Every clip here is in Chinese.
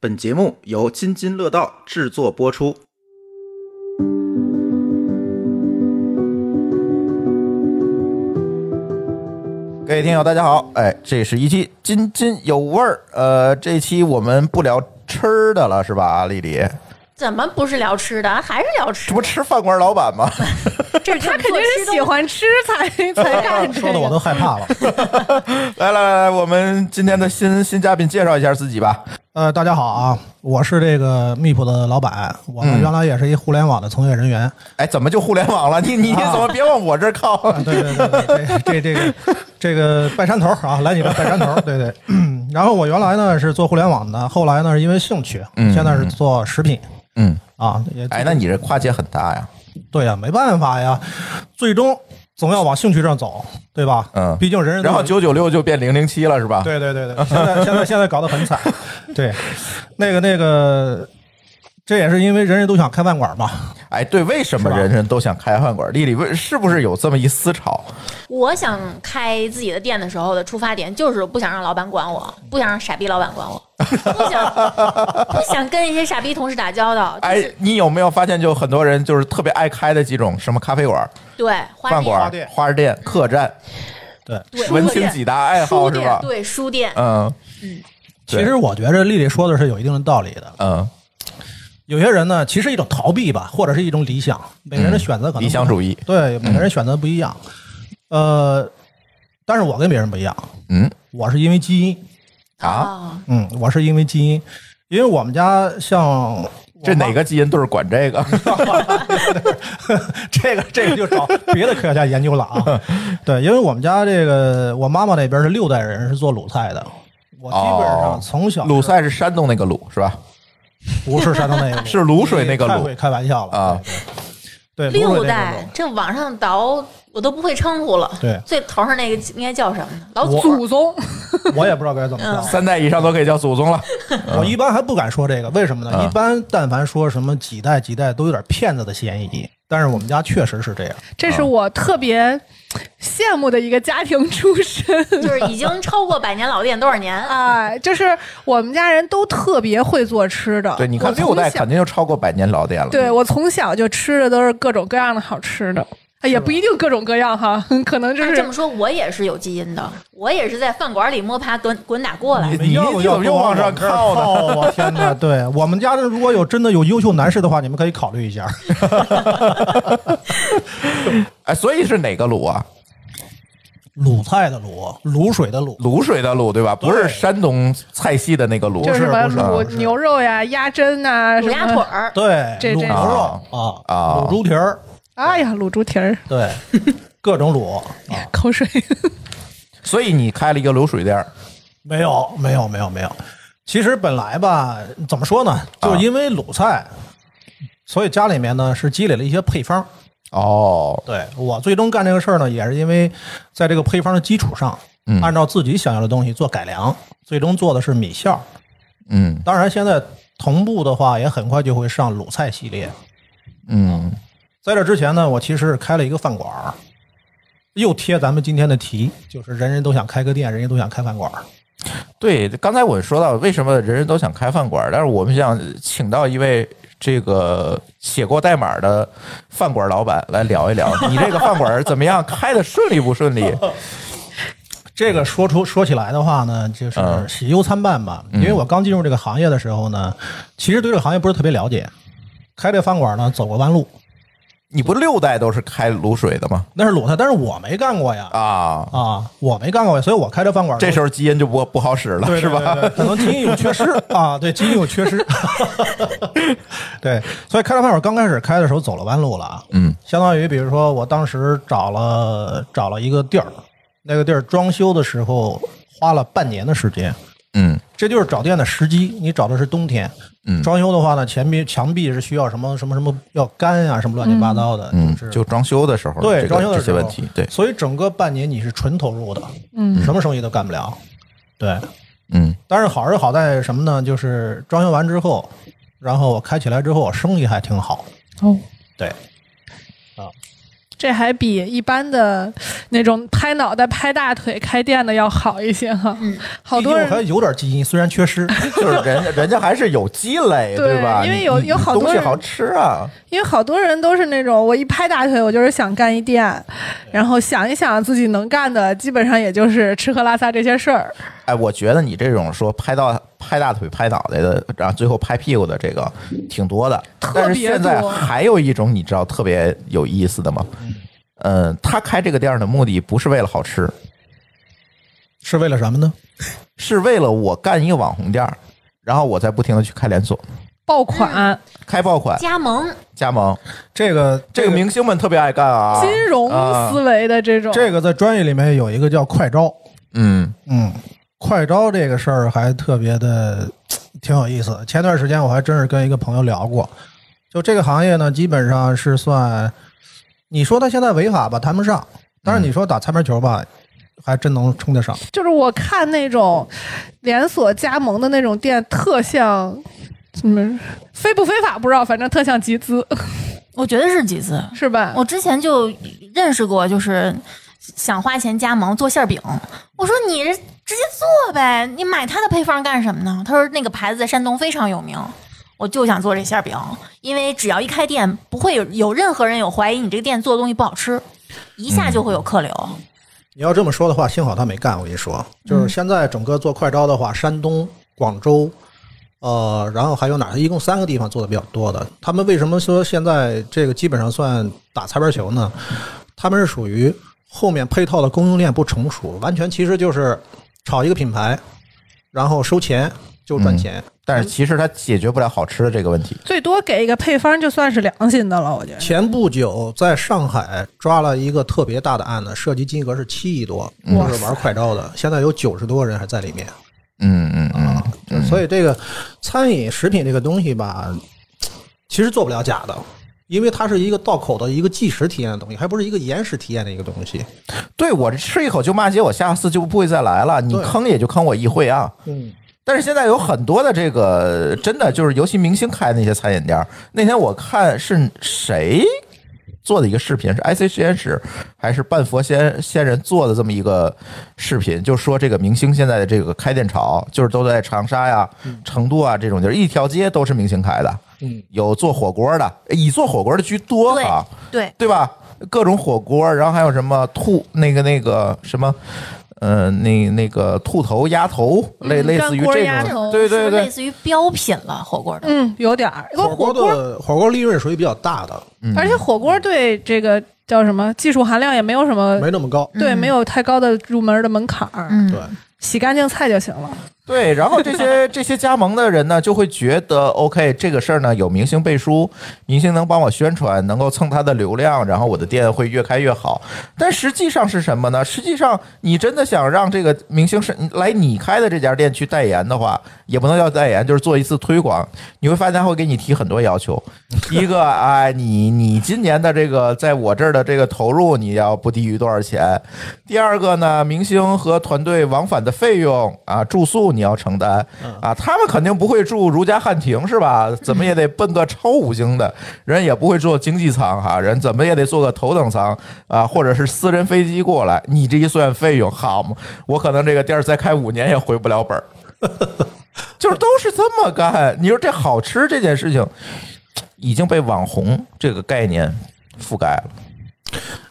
本节目由津津乐道制作播出。各位听友，大家好！哎，这是一期津津有味儿。呃，这期我们不聊吃的了，是吧，丽丽？怎么不是聊吃的， 还是聊吃这？不吃饭馆老板吗？这他他肯定是喜欢吃才才干这 说的我个。都害怕了。 来来来来，我们今天的新新嘉宾介绍一下自己吧。呃，大家好啊，我是这个 Meep 的老板，我们原来也是一互联网的从业人员。哎，怎么就互联网了？你你你怎么别往我这儿 靠？啊，对对对， 对这这这个这个拜山头 啊，来你的拜山头，对对。嗯然后我原来呢是做互联网的，后来呢是因为兴趣，嗯现在是做食品嗯，啊。也哎，那你这跨界很大呀。对呀、没办法呀，最终总要往兴趣上走，对吧？嗯毕竟人人都然后有九九六就变零零七了，是吧？，对对对对，现在现在现在搞得很惨，对，那个那个，这也是因为人人都想开饭馆嘛，哎，对，为什么是吧人人都想开饭馆？丽丽为是不是有这么一思潮？我想开自己的店的时候的出发点就是不想让老板管我，不想让傻逼老板 管我，不想不想跟一些傻逼同事打交道。就哎是，你有没有发现，就很多人就是特别爱开的几种什么咖啡馆、对，花饭店、馆、花儿店、客栈，对。对文书青店几大爱好书是店吧？对书店，嗯其实我觉着丽丽说的是有一定的道理的。嗯，有些人呢，其实一种逃避吧，或者是一种理想，每个人的选择可嗯能、理想主义，对，每个人选择不一样。呃，但是我跟别人不一样，嗯我是因为基因，啊，啊，嗯，我是因为基因，因为我们家像这哪个基因队儿管这个？ 这个这个就找别的科学家研究 了啊。对，因为我们家这个我妈妈那边是六代人是做鲁菜的，我基本哦上从小鲁菜是山东那个鲁是吧？不是山东那个 鲁，是卤水那个你太卤会开玩笑了啊！对，对六。对卤水那个代卤这往上倒，我都不会称呼了。对最头上那个应该叫什么呢？老我祖 哦祖宗，我也不知道该怎么叫。三代以上都可以叫祖宗了。我一般还不敢说这个，为什么呢？嗯一般但凡说什么几代几代，都有点骗子的嫌疑。但是我们家确实是这样，这是我特别羡慕的一个家庭出 身。就是已经超过百年老店多少年啊？哎，就是我们家人都特别会做吃的。对，你看啊我从六代小肯定就超过百年老店了。对我从小就吃的都是各种各样的好吃的，哎也不一定各种各样哈， 可能就那是哎这么说，我也是有基因的，我也是在饭馆里摸爬滚滚打过来的。你要你不怎要么又往上靠呢呢？我天哪！对我们家如果有真的有优秀男士的话，你们可以考虑一下。哎，所以是哪个卤啊？卤菜的卤，卤水的卤，卤水的卤对吧？不是对山东菜系的那个卤就是什么不是啊卤不是牛肉呀、鸭胗呐、卤什鸭腿么儿，对，这卤这牛啊肉啊啊卤猪蹄儿，哎呀，卤猪蹄儿， 对，各种卤啊，口水。 所以你开了一个卤水店儿，没有，没有，没有，没有。其实本来吧，怎么说呢，就是因为卤菜，所以家里面呢是积累了一些配方。哦，对我最终干这个事儿呢，也是因为在这个配方的基础上，嗯按照自己想要的东西做改良，最终做的是米线儿。嗯当然，现在同步的话，也很快就会上鲁菜系列。嗯，在这之前呢，我其实是开了一个饭馆儿，又贴咱们今天的题，就是人人都想开个店，人人都想开饭馆儿。对，刚才我说到为什么人人都想开饭馆儿，但是我们想请到一位这个写过代码的饭馆老板来聊一聊，你这个饭馆儿怎么样，开的顺利不顺 利？这个说出说起来的话呢，就是嗯喜忧参半吧。因为我刚进入这个行业的时候呢，其实对这个行业不是特别了解，开这饭馆呢走过弯路，你不六代都是开卤水的吗？那是卤菜，但是我没干过呀。啊，啊，我没干过呀，所以我开这饭馆这时候候基因就不不好使了，对是吧？？对对对可能基因 有缺失啊，对，基因有缺失。 对，所以开这饭馆刚开始开的时候走了弯路了啊。嗯，相当于比如说我当时找了找了一个地儿，那个地儿装修的时候花了半年的时间。嗯这就是找店的时机，你找的是冬天。嗯装修的话呢，前壁墙壁是需要什么什么什么要干啊，什么乱七八糟的，嗯是，就装修的时候，这对、个装修的这些时候问题，对，所以整个半年你是纯投入的，嗯，什么生意都干不了。对， 嗯但是好是好在什么呢？就是装修完之后，然后我开起来之后，我生意还挺好。哦，对，这还比一般的那种拍脑袋、拍大腿、开店的要好一些哈。嗯好多毕人竟我还有点基因，虽然缺失。 就是人家人家还是有积累，对吧？因为你有你有好多东西人好吃啊，因为好多人都是那种，我一拍大腿，我就是想干一店，然后想一想自己能干的，基本上也就是吃喝拉撒这些事儿。哎，我觉得你这种说拍到拍大腿、拍脑袋的，然后最后拍屁股的这个挺多的。特别但是现在多还有一种你知道特别有意思的吗？嗯，他开这个店儿的目的不是为了好吃，是为了什么呢？是为了我干一个网红店儿，然后我再不停的去开连锁、爆款、开爆款、加盟，加盟。这个这个明星们特别爱干啊，金融啊思维的这种，这个在专业里面有一个叫快招，嗯，嗯，快招这个事儿还特别的挺有意思。前段时间我还真是跟一个朋友聊过，就这个行业呢，基本上是算，你说他现在违法吧，谈不上；但是你说打擦边球吧，还真能冲得上。就是我看那种连锁加盟的那种店，特像什么非不非法不知道，反正特像集资，我觉得是集资。是吧？我之前就认识过，就是想花钱加盟做馅儿饼。我说你直接做呗，你买它的配方干什么呢？他说那个牌子在山东非常有名。我就想做这馅儿饼，因为只要一开店，不会有有任何人有怀疑你这个店做的东西不好吃，一下就会嗯有客流。你要这么说的话，幸好他没干。我跟你说，就是现在整个做快招的话，山东、广州，呃，然后还有哪儿？一共三个地方做的比较多的。他们为什么说现在这个基本上算打擦边球呢？他们是属于后面配套的供应链不成熟，完全其实就是炒一个品牌，然后收钱就赚钱。但是其实他解决不了好吃的这个问题。最多给一个配方就算是良心的了，我觉得。前不久在上海抓了一个特别大的案子，涉及金额是七亿多，哇就是玩快招的，现在有九十多人还在里面。嗯嗯啊嗯，就所以这个餐饮食品这个东西吧，其实做不了假的，因为它是一个到口的一个即时体验的东西，还不是一个延时体验的一个东西。对我吃一口就骂街，我下次就不会再来了。你对坑也就坑我一回啊。嗯，但是现在有很多的这个真的就是，尤其明星开那些餐饮店儿。那天我看是谁做的一个视频，是 IC 实验室还是半佛仙仙人做的这么一个视频，就说这个明星现在的这个开店潮，就是都在长沙呀、成都啊这种地儿，一条街都是明星开的。嗯，有做火锅的，哎以做火锅的居多对啊。对，对吧？各种火锅，然后还有什么兔那个那个什么，呃，那那个兔头、鸭头，类嗯类似于干锅这鸭头种，哦对是对不是类对，似于标品了火锅的。嗯，有点儿。哎火锅的火锅利润属于比较大的，嗯而且火锅对这个叫什么技术含量也没有什么，没那么高。对，嗯没有太高的入门的门槛儿，嗯，对，洗干净菜就行了。对。然后这些这些加盟的人呢，就会觉得 OK，这个事儿呢有明星背书，明星能帮我宣传，能够蹭他的流量，然后我的店会越开越好。但实际上是什么呢？实际上你真的想让这个明星是来你开的这家店去代言的话，也不能叫代言，就是做一次推广。你会发现他会给你提很多要求，第一个啊、哎，你你今年的这个在我这儿的这个投入，你要不低于多少钱？第二个呢，明星和团队往返的费用啊，住宿你要承担啊，他们肯定不会住如家汉庭是吧？怎么也得奔个超五星的，人也不会坐经济舱哈、人怎么也得坐个头等舱啊，或者是私人飞机过来。你这一算费用，好嘛，我可能这个店儿再开五年也回不了本儿。就是都是这么干。你说这好吃这件事情，已经被网红这个概念覆盖了。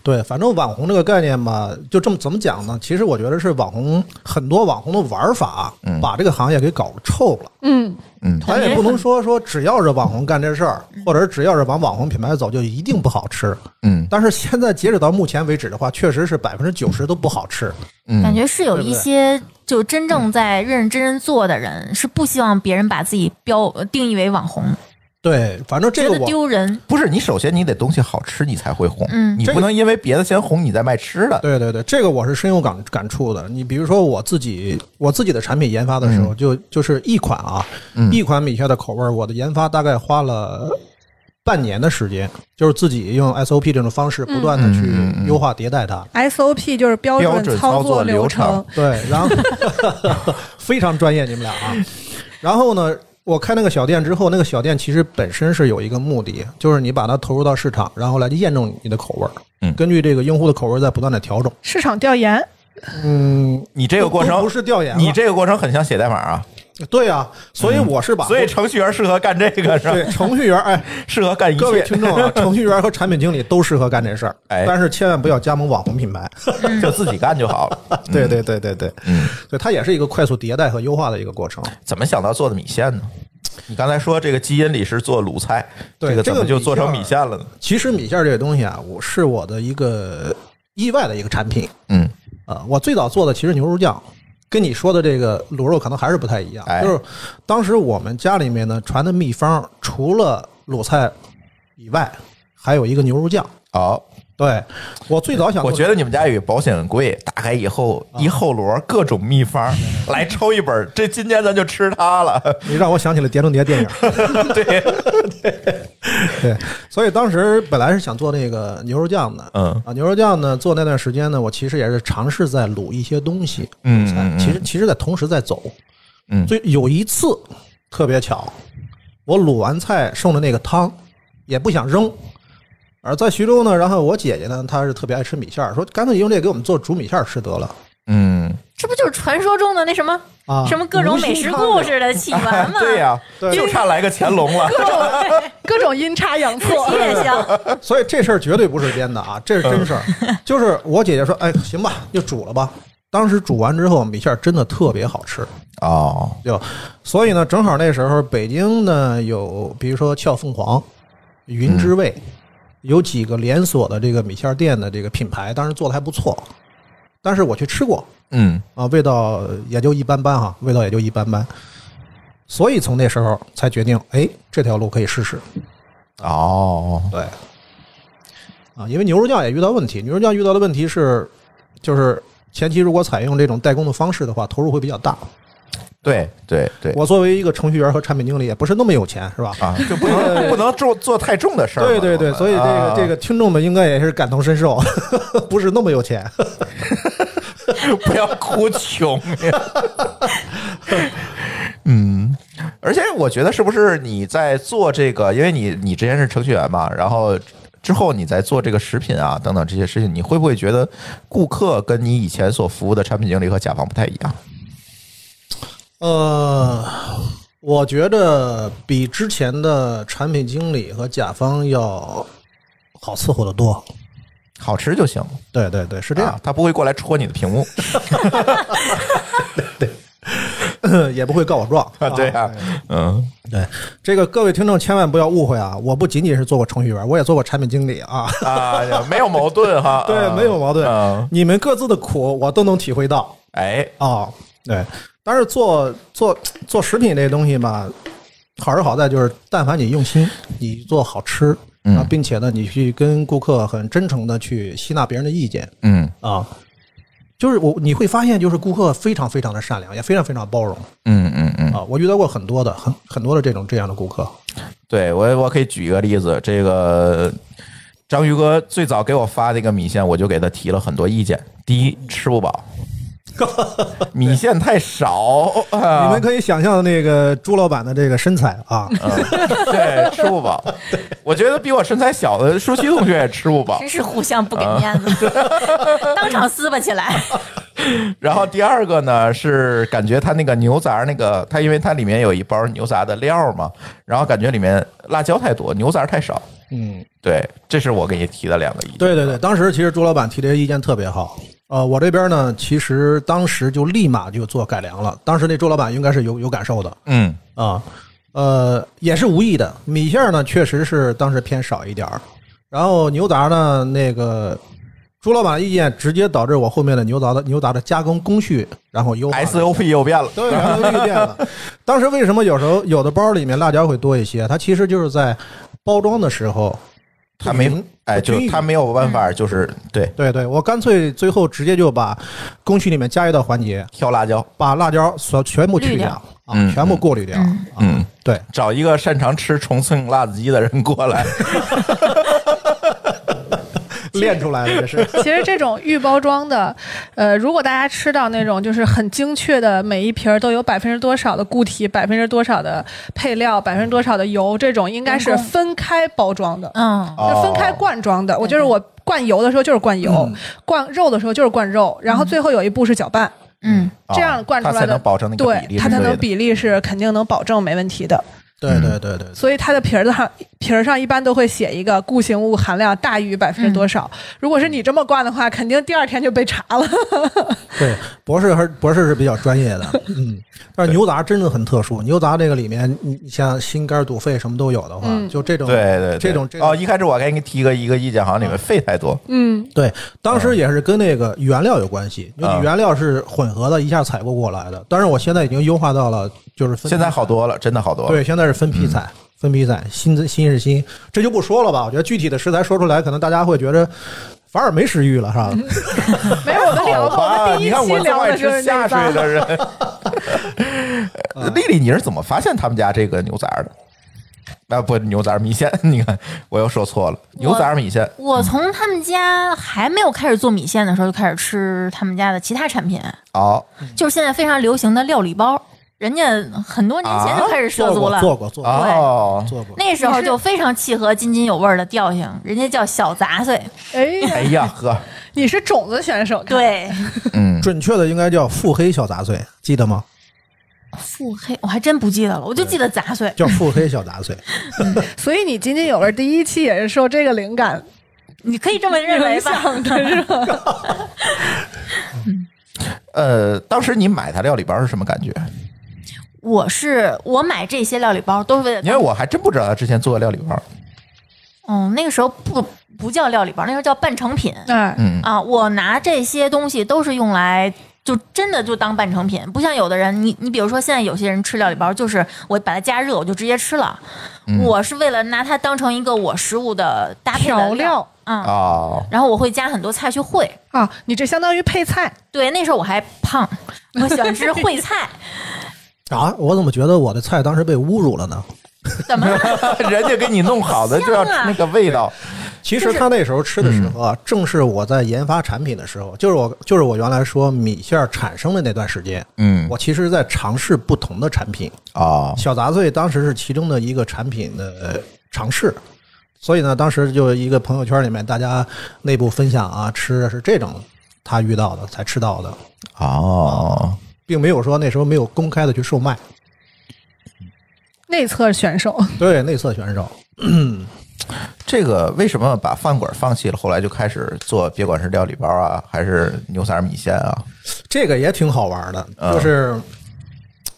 对，反正网红这个概念吧，就这么怎么讲呢？其实我觉得是网红很多网红的玩法，把这个行业给搞臭了。嗯，嗯，咱也不能说说只要是网红干这事儿，或者只要是往网红品牌走，就一定不好吃。嗯但是现在截止到目前为止的话，确实是百分之九十都不好吃。感嗯，觉是有对不一对些就真正在认认真真做的人，是不希望别人把自己标呃定义为网红，对，反正这觉个得我丢人。不是你首先你得东西好吃，你才会红。嗯你这不个能因为别的先红，你再卖吃的。对对对，这个我是深有感感触的。你比如说我自己，我自己的产品研发的时候，就就是一款啊，嗯一款米线的口味儿，我的研发大概花了半年的时间，就是自己用 SOP 这种方式不断的去嗯嗯嗯嗯优化迭代它。 SOP 就是标标准准操操作作流流程程，对，然后非常专业你们俩啊。然后呢，我开那个小店之后，那个小店其实本身是有一个目的，就是你把它投入到市场，然后来验证你的口味儿。嗯根据这个用户的口味儿在不断的调整。市场调研，嗯，你这个过都程不是调研了，你这个过程很像写代码啊，对啊，所以我是把所以程序员适合干这个是吧？对程序员，哎，适合干一各位切，听众啊，程序员和产品经理都适合干这事儿，哎但是千万不要加盟网红品牌。。就自己干就好了对对对对对，嗯，所以它也是一个快速迭代和优化的一个过程。怎么想到做的米线呢？你刚才说这个基因里是做卤菜，对这个怎这么个就做成米线了呢？其实米线这个东西啊，我是我的一个意外的一个产品。嗯，呃，我最早做的其实牛肉酱，跟你说的这个卤肉可能还是不太一样。哎就是当时我们家里面呢传的秘方，除了卤菜以外，还有一个牛肉酱。好，对我最早想嗯做我的，觉得你们家有保险柜，打开以后一后摞各种秘 方，来抽一本，这今天咱就吃它了。你让我想起了《碟中谍》电影。对，对，所以当时本来是想做那个牛肉酱的，嗯啊，牛肉酱呢，做那段时间呢，我其实也是尝试在卤一些东西，嗯卤菜嗯嗯其实其实在同时在走，嗯所以有一次特别巧，我卤完菜剩的那个汤也不想扔。而在徐州呢，然后我姐姐呢，她是特别爱吃米线儿，说干脆用这个给我们做煮米线儿吃得了嗯，这不就是传说中的那什么啊，什么各种美食故事的起源吗？对呀、对就差来个乾隆了。各种阴差阳错。自己也行，所以这事儿绝对不是编的啊，这是真事儿。就是我姐姐说，哎，行吧，就煮了吧。当时煮完之后，米线儿真的特别好吃，哦，就所以呢，正好那时候北京呢有，比如说俏凤凰、云之味，有几个连锁的这个米线店的这个品牌，当时做的还不错。但是我去吃过嗯，啊，味道也就一般般哈，味道也就一般般。所以从那时候才决定，哎，这条路可以试试。哦，对，啊，因为牛肉酱也遇到问题，牛肉酱遇到的问题是，就是前期如果采用这种代工的方式的话，投入会比较大。对对对，我作为一个程序员和产品经理，也不是那么有钱，是吧？啊，就 不能不能做做太重的事儿嘛。对对对，我们所以这个啊这个听众们应该也是感同身受， 不是那么有钱。 不要哭穷 呀。嗯，而且我觉得是不是你在做这个，因为你你之前是程序员嘛，然后之后你在做这个食品啊等等这些事情，你会不会觉得顾客跟你以前所服务的产品经理和甲方不太一样？呃，我觉得比之前的产品经理和甲方要好伺候的多。好吃就行了，对对对，是这样啊，他不会过来戳你的屏幕 也不会告我状。啊，对啊，嗯，对，这个各位听众千万不要误会啊！我不仅仅是做过程序员，我也做过产品经理啊。 啊，没有矛盾哈，对，啊没有矛盾啊，你们各自的苦我都能体会到哎，啊。对，但是做做做食品这东西吧，好是好在就是，但凡你用心，你做好吃啊，并且呢，你去跟顾客很真诚的去吸纳别人的意见嗯啊。就是我你会发现，就是顾客非常非常的善良，也非常非常包容嗯嗯嗯，啊。我遇到过很多的很很多的这种这样的顾客，对我，我可以举一个例子，这个章鱼哥最早给我发那个米线，我就给他提了很多意见。第一，吃不 饱，米线太少 你啊们，可以想象那个朱老板的这个身材啊，对，吃不饱。我觉得比我身材小的舒淇同学也吃不饱真。是互相不给面 子，当场撕巴起来。然后第二个呢是感觉它那个牛杂那个，它因为它里面有一包牛杂的料嘛，然后感觉里面辣椒太多，牛杂太少。嗯，对，这是我给你提的两个意见。对对对，当时其实朱老板提这些意见特别好。呃，我这边呢，其实当时就立马就做改良了。当时那朱老板应该是有有感受的嗯啊，呃，也是无意的。米线呢，确实是当时偏少一点儿，然后牛杂呢，那个朱老板的意见直接导致我后面的牛杂的牛杂的加工工序，然后优化了，SOP 又变了。对，然后就绿变了。当时为什么有时候有的包里面辣椒会多一些？它其实就是在包装的时候，他没嗯哎，就均是匀他没有办法，就是对对对，我干脆最后直接就把工序里面加一道环节，挑辣椒，把辣椒所全部去滤掉掉啊，嗯全部过滤掉。嗯啊嗯，对，找一个擅长吃重庆辣子鸡的人过来，练出来的，这是。其实这种预包装的，呃，如果大家吃到那种就是很精确的，每一瓶儿都有百分之多少的固体，百分之多少的配料，百分之多少的油，这种应该是人工分开包装的，嗯，哦就分开灌装的。我就是嗯我灌油的时候就是灌油，灌肉的时候就是灌肉，然后嗯最后有一步是搅拌，嗯，哦 这样灌出来的它才能保证那个比例对，是它才对能的比例是肯定能保证没问题的。对对对对，所以它的瓶儿上瓶儿上一般都会写一个固形物含量大于百分之嗯多少。如果是你这么灌的话，肯定第二天就被查了。对，博士还是博士是比较专业的，嗯，但是牛杂真的很特殊，牛杂这个里面，你你像心肝肚肺什么都有的话，嗯就这种，对对对这种这种哦，一开始我给你提个一个意见，好像你们费太多，嗯，对，当时也是跟那个原料有关系，就啊原料是混合的，一下采购过来的，但是我现在已经优化到了，就是分现在好多了，真的好多了。对，现在是分批采，分批采，新新是新，这就不说了吧，我觉得具体的食材说出来，可能大家会觉得。反而没食欲了，是嗯 吧？ 没哎有我们聊好过，我吧，们第你一看我期这聊么的爱吃就是下那水个。的人， 丽丽，你是怎么发现他们家这个牛杂的？啊，不，牛杂米线，你看我又说错了，牛杂米线。我从他们家还没有开始做米线的时候，就开始吃他们家的其他产品，哦，就是现在非常流行的料理包，人家很多年前就开始涉做足了过，，做过，做过，哦，做过。那时候就非常契合津津有味儿的调性，人家叫小杂碎，哎，哎呀 呵，你是种子选手，看，对，嗯，准确的应该叫腹黑小杂碎，记得吗？ 腹黑，我还真不记得了，我就记得杂碎，叫腹黑小杂碎。 所以你津津有味儿第一期也是受这个灵感你可以这么认为影吧？响的，是吧？呃，当时你买它料理包是什么感觉？ 我是我买这些料理包都是为了因为我还真不知道他之前做的料理包。嗯，那个时候不不叫料理包，那时候叫半成品哎，嗯，啊。我拿这些东西都是用来就真的就当半成品，不像有的人，你你比如说现在有些人吃料理包，就是我把它加热我就直接吃了，我是为了拿它当成一个我食物的搭配的调料，料嗯，哦， 然后我会加很多菜去烩。啊，你这相当于配菜，对，那时候我还 胖，我喜欢吃烩菜，啊，我怎么觉得我的菜当时被侮辱了呢？怎么了？人家给你弄好的就啊要吃那个味道，其实他那时候吃的时候啊，正是我在研发产品的时候，就是我就是我原来说米线儿产生的那段时间，嗯，我其实在尝试不同的产品，哦，小杂碎当时是其中的一个产品的呃尝试。所以呢，当时就一个朋友圈里面，大家内部分享啊，吃的是这种他遇到的才吃到的，哦，并没有说那时候没有公开的去售卖。内测选 手，对，内测选手，这个为什么把饭馆放弃了？后来就开始做，别管是料理包啊，还是牛杂米线啊，这个也挺好玩的，嗯就是、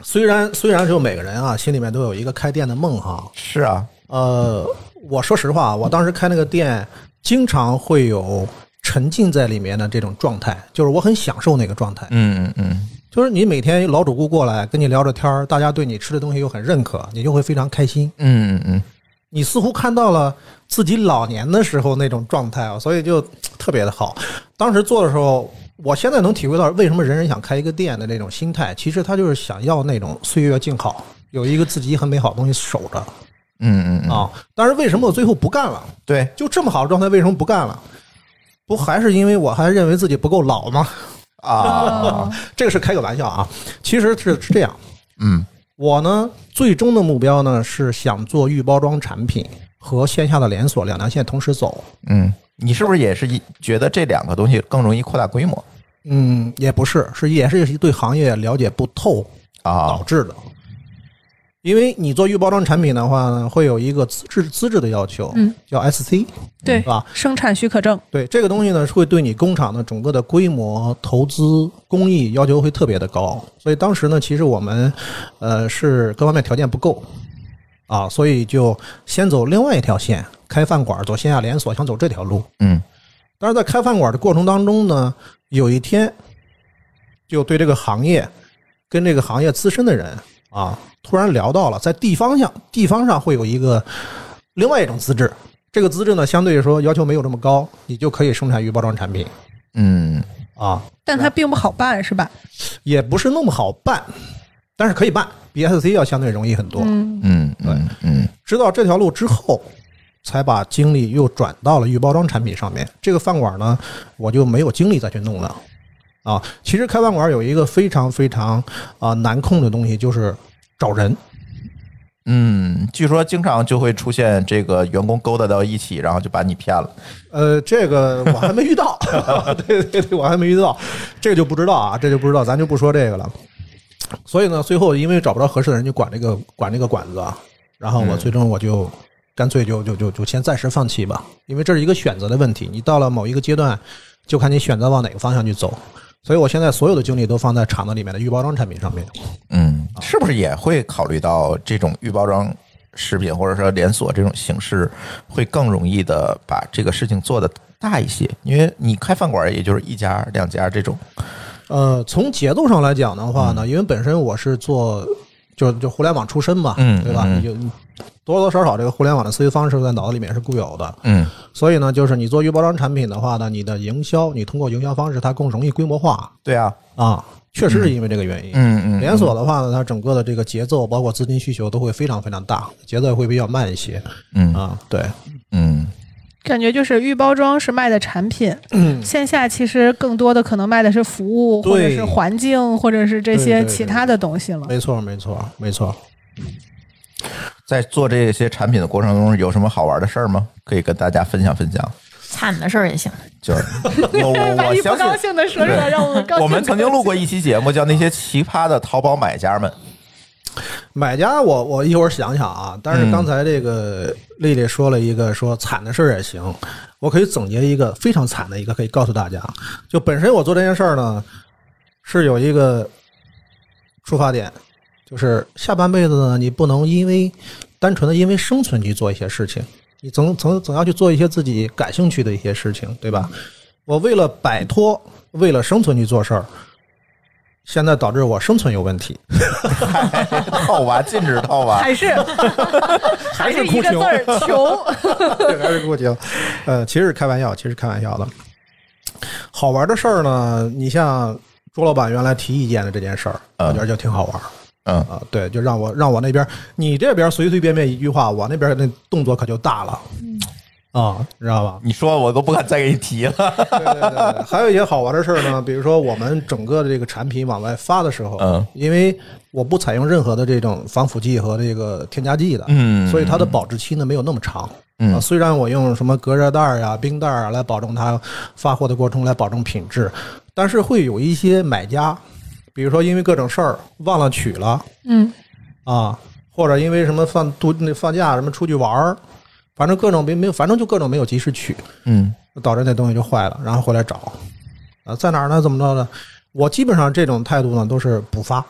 虽然虽然就每个人啊心里面都有一个开店的梦哈，是啊，呃，我说实话，我当时开那个店，经常会有沉浸在里面的这种状态，就是我很享受那个状态，嗯嗯嗯，就是你每天老主顾过来跟你聊着天儿，大家对你吃的东西又很认可，你就会非常开心。嗯嗯嗯，你似乎看到了自己老年的时候那种状态啊，所以就特别的好。当时做的时候，我现在能体会到为什么人人想开一个店的那种心态，其实他就是想要那种岁月静好，有一个自己很美好的东西守着嗯嗯嗯，啊。但是为什么我最后不干了？对，就这么好的状态，为什么不干了？不还是因为我还认为自己不够老吗？啊，这个是开个玩笑啊，其实是是这样。嗯，我呢，最终的目标呢是想做预包装产品和线下的连锁两条线同时走。嗯，你是不是也是一觉得这两个东西更容易扩大规模嗯，也不是，是也是对行业了解不透啊导？致的。因为你做预包装产品的话呢，会有一个资质资质的要求，嗯，叫 SC，对哦是吧？生产许可证，对这个东西呢，会对你工厂的整个的规模、投资、工艺要求会特别的高。所以当时呢，其实我们呃是各方面条件不够啊，所以就先走另外一条线，开饭馆，走线下连锁，想走这条路。嗯，但是在开饭馆的过程当中呢，有一天就对这个行业跟这个行业资深的人啊，突然聊到了，在地方上地方上会有一个另外一种资质，这个资质呢，相对来说要求没有这么高，你就可以生产预包装产品嗯，啊，但它并不好办，是吧？也不是那么好办，但是可以办，比 SC 要相对容易很多。嗯，嗯嗯嗯知道这条路之后，才把精力又转到了预包装产品上面。这个饭馆呢，我就没有精力再去弄了。啊，其实开饭馆有一个非常非常啊、难控的东西，就是找人。嗯，据说经常就会出现这个员工勾搭到一起，然后就把你骗了。呃，这个我还没遇到， 对对对，我还没遇到，这个就不知道啊，这就不知道，咱就不说这个了。所以呢，最后因为找不着合适的人，就管这个管这个管子啊，然后我嗯最终我就干脆就就就就先暂时放弃吧，因为这是一个选择的问题，你到了某一个阶段，就看你选择往哪个方向去走。所以我现在所有的精力都放在厂子里面的预包装产品上面。嗯，是不是也会考虑到这种预包装食品或者说连锁这种形式，会更容易的把这个事情做得大一些？因为你开饭馆也就是一家两家这种，呃，从节奏上来讲的话嗯呢，因为本身我是做就就互联网出身嘛，嗯对吧？嗯你就多多少少这个互联网的思维方式在脑子里面是固有的，嗯所以呢，就是你做预包装产品的话呢，你的营销，你通过营销方式它更容易规模化对啊，啊，确实是因为这个原因。嗯嗯，连锁的话呢，它整个的这个节奏，包括资金需求都会非常非常大，节奏也会比较慢一些嗯，嗯啊。对，嗯感觉就是预包装是卖的产品，嗯线下其实更多的可能卖的是服务，对或者是环境，或者是这对对些对其他的东西了。没错，没错，没错。在做这些产品的过程中，有什么好玩的事儿吗？可以跟大家分享分享。惨的事儿也行。就是 我我 把我你不相高信，兴的说出来，对让我们高兴。我们曾经录过一期节目，叫《那些奇葩的淘宝买家们》。 买家我，我一会儿想想啊。但是嗯刚才这个丽丽说了一个说惨的事儿也行，我可以总结一个非常惨的一个，可以告诉大家，就本身我做这件事儿呢，是有一个出发点，就是下半辈子呢，你不能因为单纯的因为生存去做一些事情，你总 总总要去做一些自己感兴趣的一些事情，对吧？我为了摆脱，为了生存去做事儿，现在导致我生存有问题。套娃禁止套娃，还是还是一个字儿穷。 这个还是不行。呃，其实是开玩笑，其实是开玩笑的。好玩的事儿呢，你像朱老板原来提意见的这件事儿，我嗯觉得就挺好玩儿嗯啊、对，就让我让我那边，你这边随随便便一句话，我那边那动作可就大了，嗯啊、知道吧？你说我都不敢再给你提了。对对 对对，呃还有一些好玩的事儿呢，比 如说我们整个的这个产品往外发的时候，嗯因为我不采用任何的这种防腐剂和这个添加剂的，嗯所以它的保质期呢没有那么长。嗯啊，虽然我用什么隔热袋儿呀、冰袋儿啊来保证它发货的过程，来保证品质，但是会有一些买家，比如说因为各种事儿忘了取了嗯，啊，或者因为什么放度那放假什么出去玩儿，反正各种没没有，反正就各种没有及时取，嗯导致那东西就坏了，然后回来找，啊，在哪儿呢？怎么着呢？我基本上这种态度呢都是补发，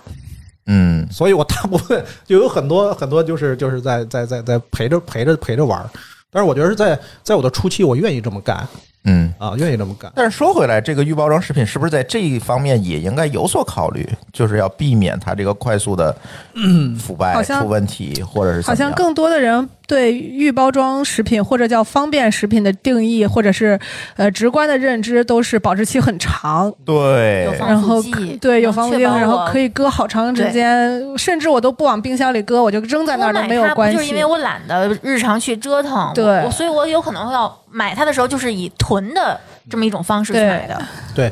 嗯所以我大部分就有很多很多就是就是在在在在陪着陪着陪着玩儿。但是我觉得是在在我的初期，我愿意这么干嗯。啊，愿意这么干。但是说回来，这个预包装食品是不是在这一方面也应该有所考虑，就是要避免它这个快速的嗯腐败、好像出问题，或者是怎好么样像更多的人对预包装食品或者叫方便食品的定义，或者是呃直观的认知，都是保质期很长。有对，防然后腐剂对，有防腐剂，然后可以以搁好长时间，甚至我都不往冰箱里搁，我就扔在那儿都没有关就是因系为。我懒得日常去折腾，对我我所以我有可能要买它的时候就是以囤的这么一种方式去对买的。对，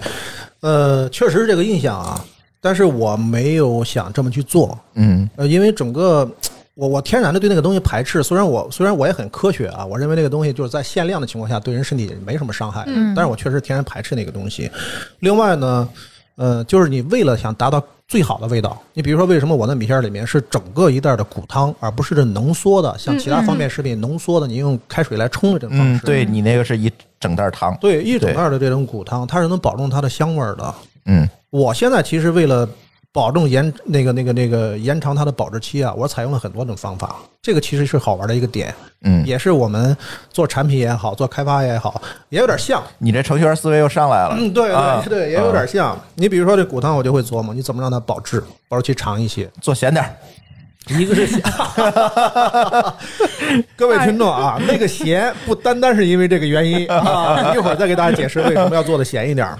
呃，确实是这个印象啊，但是我没有想这么去做，嗯呃，因为整个我我天然的对那个东西排斥，虽然我虽然我也很科学啊，我认为那个东西就是在限量的情况下对人身体没什么伤害，嗯但是我确实天然排斥那个东西。另外呢，呃，就是你为了想达到最好的味道，你比如说为什么我的米线里面是整个一袋的骨汤，而不是这浓缩的，像其他方便食品浓缩的，你用开水来冲的这种方嗯，式。对你那个是一整袋糖，对，一整袋的这种骨汤，它是能保证它的香味儿的。嗯我现在其实为了保证延那个那个那个延长它的保质期啊，我采用了很多种方法。这个其实是好玩的一个点，嗯，也是我们做产品也好，做开发也好，也有点像。你这程序员思维又上来了，嗯，对啊对对，也有点像。你比如说这骨汤，我就会琢磨你怎么让它保质，保质期长一些。做咸点儿，一个是， 各位听众 啊，那个咸不单单是因为这个原 因啊，一会儿再给大家解释为什么要做的咸一点儿。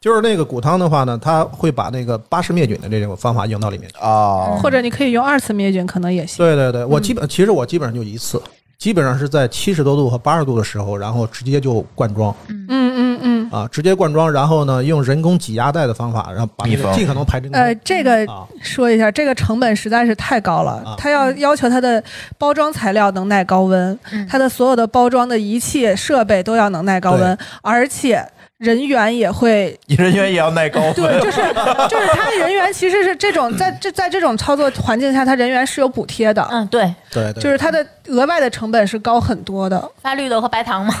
就是那个骨汤的话呢，它会把那个巴氏灭菌的这种方法用到里面去。啊，或者你可以用二次灭菌，可能也行。对对对，我基本、其实我基本上就一次，基本上是在七十多度和八十度的时候，然后直接就灌装嗯嗯嗯，啊，直接灌装，然后呢用人工挤压带的方法，然后把那密个封尽可能排真空。呃，这个啊，说一下，这个成本实在是太高了啊。它要要求它的包装材料能耐高温嗯，它的所有的包装的仪器设备都要能耐高温，而且人员也会人员也要耐 高对，温，就是 就是他人员其实是这种在这在这种操作环境下，他人员是有补贴的，嗯，对，对对，就是他的额外的成本是高很多 的。发绿豆和白糖嘛，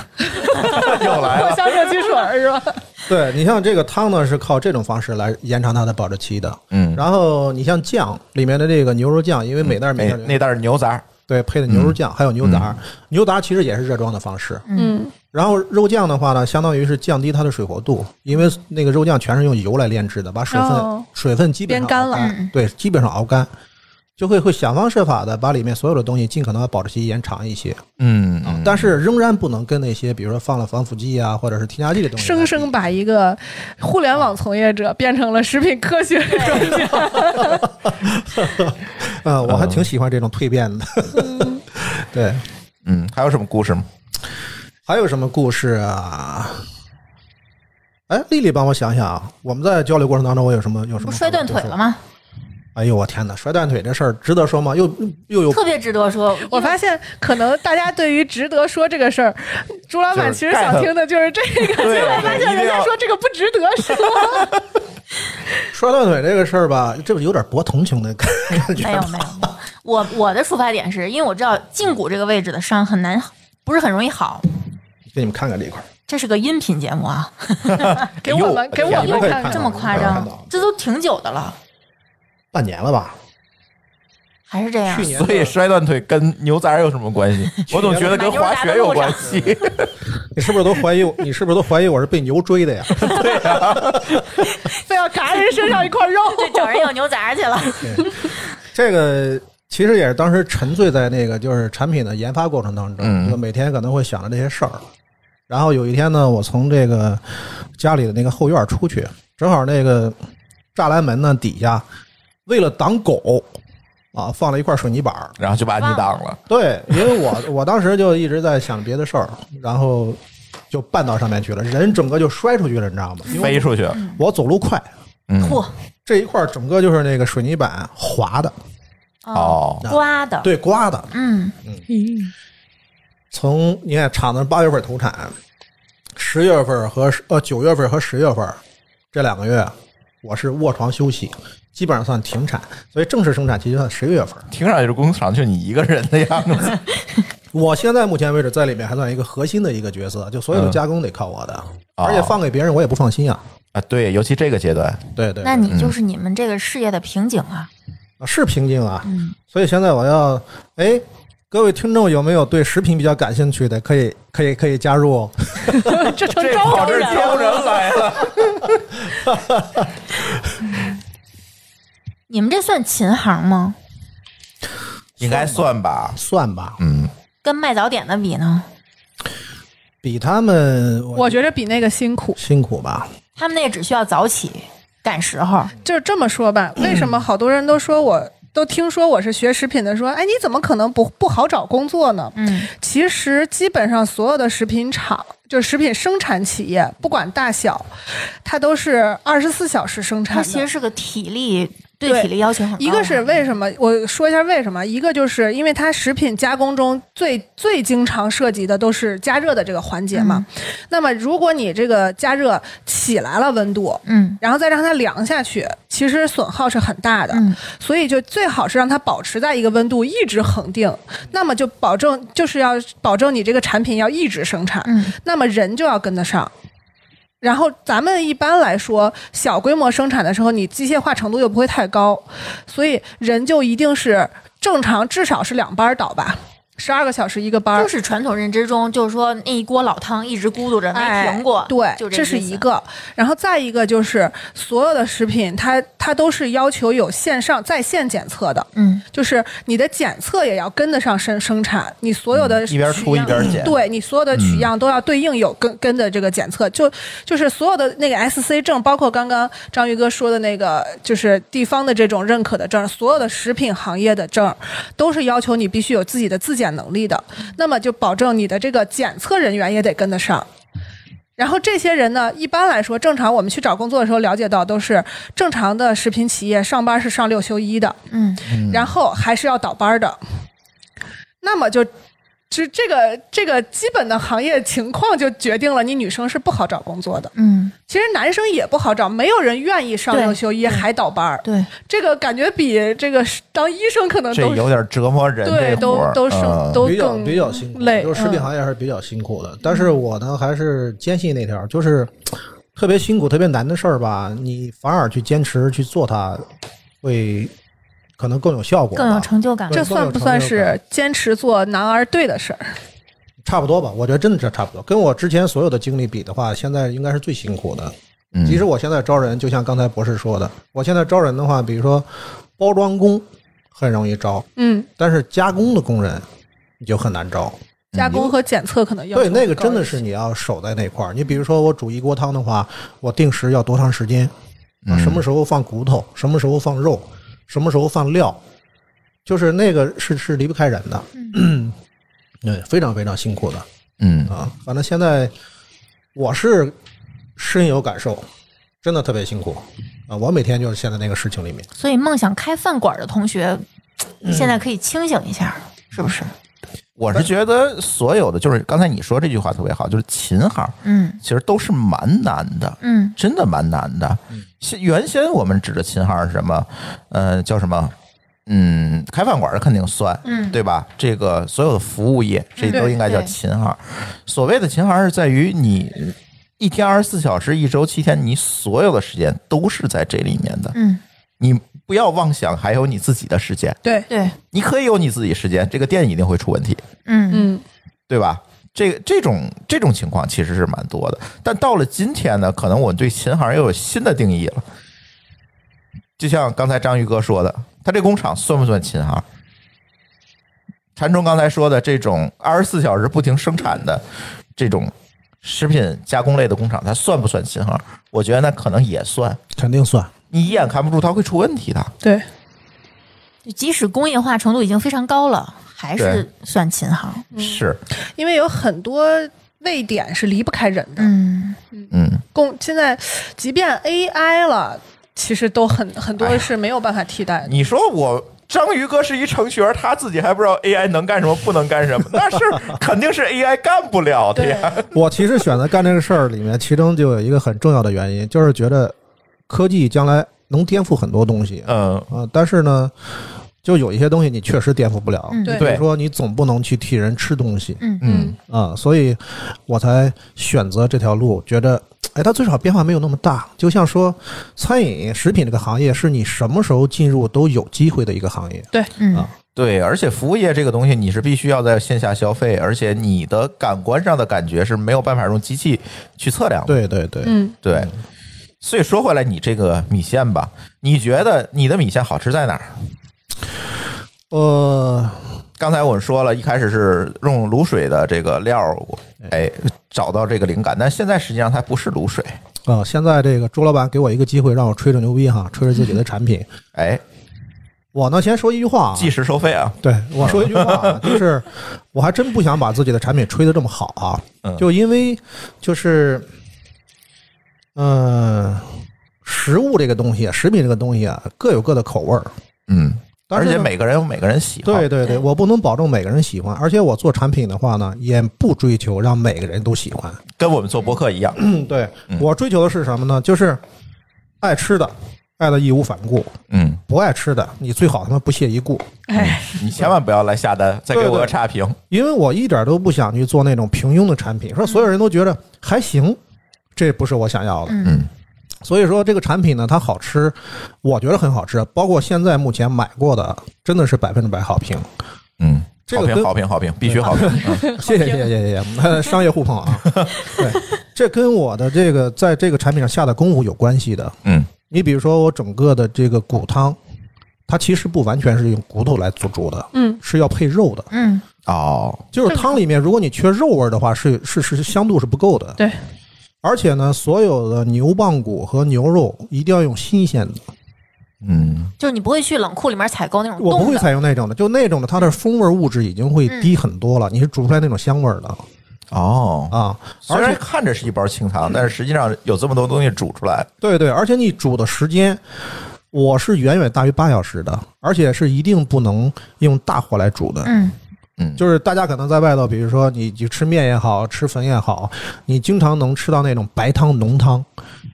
又 来了。香热汽水儿是吧？对你像这个汤呢，是靠这种方式来延长它的保质期的。嗯，然后你像酱里面的这个牛肉酱，因为每袋儿每那袋儿嗯哎那袋嗯儿牛杂，对配的牛肉酱，还有牛杂儿，牛杂儿其实也是热装的方式。嗯，然后肉酱的话呢，相当于是降低它的水活度，因为那个肉酱全是用油来炼制的，把水分、哦水分基本上变干了熬干嗯嗯对，基本上熬干，就会会想方设法的把里面所有的东西尽可能地保质期延长一些，嗯，啊，但是仍然不能跟那些比如说放了防腐剂啊或者是添加剂的东西来比生生把一个互联网从业者变成了食品科学专家。嗯，我还挺喜欢这种蜕变的， 对。嗯，还有什么故事吗？还有什么故事啊？哎，丽丽，帮我想想啊！我们在交流过程当中，我有什么有什不么？摔断腿了？吗？哎呦，我天哪！摔断腿这事儿值得说吗？又 又有特别值得说。 我发现，可能大家对于值得说这个事儿，朱老板其实想听的就是这个。对，发现人家说这个不值得说，摔断腿这个事儿吧，这不有点博同情的 感觉没有吗？没有，没有我我的出发点是因为我知道胫骨这个位置的伤很难，不是很容易好。给你们看看这一块儿，这是个音频节目啊，给我们给我你们们可以看看看看这么夸张嗯看到，这都挺久的了，半年了吧？还是这样去。年的所以摔断腿跟牛杂有什么关 系？我总觉得跟滑雪有关系。你是不是都怀疑我？ 你是不是都怀疑我是被牛追的呀？对啊，非要嘎人身上一块 肉。对，找人要牛杂去了。嗯这个其实也是当时沉醉在那个就是产品的研发过程当中，嗯就每天可能会想着这些事儿。然后有一天呢，我从这个家里的那个后院出去，正好那个栅栏门呢底下，为了挡狗啊，放了一块水泥板儿。然后就把你挡了。对，因为我我当时就一直在想别的事儿，然后就绊到上面去了，人整个就摔出去了，你知道吗？因为飞出去，我走路快，嗯，嚯，这一块儿整个就是那个水泥板滑的，哦，哦，刮的，对，刮的，嗯，从你看厂子八月份投产，十月份和十呃九月份和十月份这两个月，我是卧床休息，基本上算停产，所以正式生产期就算十一月份。听上去是工厂就你一个人的样子。我现在目前为止在里面还算一个核心的一个角色，就所有的加工得靠我的，哦而且放给别人我也不放心啊。啊，对，尤其这个阶段，对嗯对，那你就是你们这个事业的瓶颈啊。啊是瓶颈啊，嗯，所以现在我要哎。各位听众有没有对食品比较感兴趣的？可以可以可以加入。这成这招跑这人儿招人来了。你们这算琴行吗？ 应该算吧，算吧，嗯，跟卖早点的比呢？比他们我觉得比那个辛苦。辛苦吧。他们那只需要早起赶时候，就是这么说吧，为什么好多人都说我都听说我是学食品的，说哎你怎么可能不不好找工作呢？嗯，其实基本上所有的食品厂，就是食品生产企业，不管大小，它都是二十四小时生产它的。其实是个体力对对体力要求很高的。一个是为什么？我说一下为什么。一个就是因为它食品加工中最最经常涉及的都是加热的这个环节嘛。那么如果你这个加热起来了温度，嗯然后再让它凉下去，其实损耗是很大的。嗯所以就最好是让它保持在一个温度一直恒定，那么就保证就是要保证你这个产品要一直生产，嗯那么人就要跟得上。然后咱们一般来说，小规模生产的时候，你机械化程度又不会太高，所以人就一定是正常，至少是两班儿倒吧，十二个小时一个班儿就。是传统认知中，就是说那一锅老汤一直咕嘟着没停过，哎对，就这这是意思一。个。然后再一个就是，所有的食品它它都是要求有线上在线检测的，嗯，就是你的检测也要跟得上生生产，你所有的嗯一边取出一样边捡对你所有的取样都要对应有跟跟的这个检测，就就是所有的那个 SC 证，包括刚刚章鱼哥说的那个，就是地方的这种认可的证，所有的食品行业的证都是要求你必须有自己的自检检能力的，嗯那么就保证你的这个检测人员也得跟得上。然后这些人呢，一般来说，正常我们去找工作的时候了解到，都是正常的食品企业上班是上六休一的，嗯，然后还是要倒班的。那么就，就这个这个基本的行业情况就决定了你女生是不好找工作的。嗯，其实男生也不好找，没有人愿意上对六休一还倒班儿。对，这个感觉比这个当医生可能这都有点折磨人对这都活儿，都生、嗯都比较更比较辛苦，累就是食品嗯行业还是比较辛苦的。但是我呢，还是坚信那条，就是特别辛苦、特别难的事儿吧，你反而去坚持去做它，会可能更有效果吧，更有成就感。对这算不算是坚持做男儿对的事儿？差不多吧。我觉得真的是差不多，跟我之前所有的经历比的话，现在应该是最辛苦的。嗯其实我现在招人，就像刚才博士说的，我现在招人的话，比如说包装工很容易招，嗯，但是加工的工人你就很难招。加工和检测可能要求对，那个更高真的一是些你要守在那块儿。你比如说，我煮一锅汤的话，我定时要多长时间？啊，嗯什么时候放骨头？什么时候放肉？什么时候放料？就是那个是是离不开人的，嗯，非常非常辛苦的嗯啊。反正现在我是深有感受，真的特别辛苦啊。我每天就是陷在那个事情里面。所以梦想开饭馆的同学，现在可以清醒一下，嗯是不是？我是觉得所有的就是刚才你说这句话特别好，就是琴行嗯其实都是蛮难的，嗯真的蛮难的。先原先我们指的琴行是什么？呃，叫什么？嗯，开饭馆的肯定算，嗯对吧？这个所有的服务业，这都对应该叫对琴行。所谓的琴行是在于你一天二十四小时，一周七天，你所有的时间都是在这里面的。嗯，你不要妄想还有你自己的时间，对，对，你可以有你自己时间，这个店一定会出问题。嗯嗯，对吧？这这种这种情况其实是蛮多的，但到了今天呢，可能我对琴行又有新的定义了。就像刚才章鱼哥说的，他这工厂算不算琴行？禅冲刚才说的这种二十四小时不停生产的这种食品加工类的工厂，它算不算琴行？我觉得那可能也算。肯定算，你一眼看不出它会出问题的，对，就即使工业化程度已经非常高了，还是算琴行。是，因为有很多位点是离不开人的。嗯，嗯，共现在即便 AI 了，其实都很很哎多呀是没有办法替代的。你说我章鱼哥是一程序员，他自己还不知道 AI 能干什么，不能干什么，但是肯定是 AI 干不了的对呀。 我其实选择干这个事儿里面，其中就有一个很重要的原因，就是觉得科技将来能颠覆很多东西。嗯，啊，但是呢，就有一些东西你确实颠覆不了。嗯对比如说你总不能去替人吃东西嗯嗯，啊，所以我才选择这条路，觉得哎，它最少变化没有那么大。就像说餐饮食品这个行业，是你什么时候进入都有机会的一个行业。嗯啊对，而且服务业这个东西，你是必须要在线下消费，而且你的感官上的感觉是没有办法用机器去测量的。对对对，嗯，对，所以说回来，你这个米线吧，你觉得你的米线好吃在哪儿？呃，刚才我们说了一开始是用卤水的这个料儿，哎，找到这个灵感，但现在实际上它不是卤水，啊，现在这个朱老板给我一个机会，让我吹吹牛逼哈，吹吹自己的产品。哎，我呢，先说一句话啊，计时收费啊，对，我说一句话 啊，就是我还真不想把自己的产品吹得这么好啊，嗯就因为就是，嗯、食物这个东西，食品这个东西啊，各有各的口味儿，嗯，但而是呢且每个人有每个人喜好。对对对，我不能保证每个人喜欢，而且我做产品的话呢，也不追求让每个人都喜欢。跟我们做博客一样，嗯，对我追求的是什么呢？就是爱吃的，爱的义无反顾；嗯，不爱吃的，你最好他妈不屑一顾。哎，你千万不要来下单，再给我对个对差评。因为我一点都不想去做那种平庸的产品，说所有人都觉得还行，这不是我想要的。嗯所以说这个产品呢，它好吃，我觉得很好吃，包括现在目前买过的，真的是百分之百好 评。嗯，这好个评跟好评好评，必须好评。嗯谢谢谢谢谢谢， 呃商业互 捧啊。对，这跟我的这个在这个产品上下的功夫有关系的。 嗯你比如说我整个的这个骨汤，它其实不完全是用骨头来做煮的，嗯，是要配肉的。嗯哦，就是汤里面，如果你缺肉味儿的话，是是是香度是不够的。对，而且呢，所有的牛棒骨和牛肉一定要用新鲜的，嗯，就是你不会去冷库里面采购那种我不冻会的，采用那种的，就那种的，它的风味物质已经会低很多了，你是煮不出来那种香味儿的哦，啊。虽而然且看着是一包清汤，但是实际上有这么多东西煮出来，对对，而且你煮的时间，我是远远大于八小时的，而且是一定不能用大火来煮的。嗯，嗯，就是大家可能在外头，比如说你你吃面也好，吃粉也好，你经常能吃到那种白汤浓汤。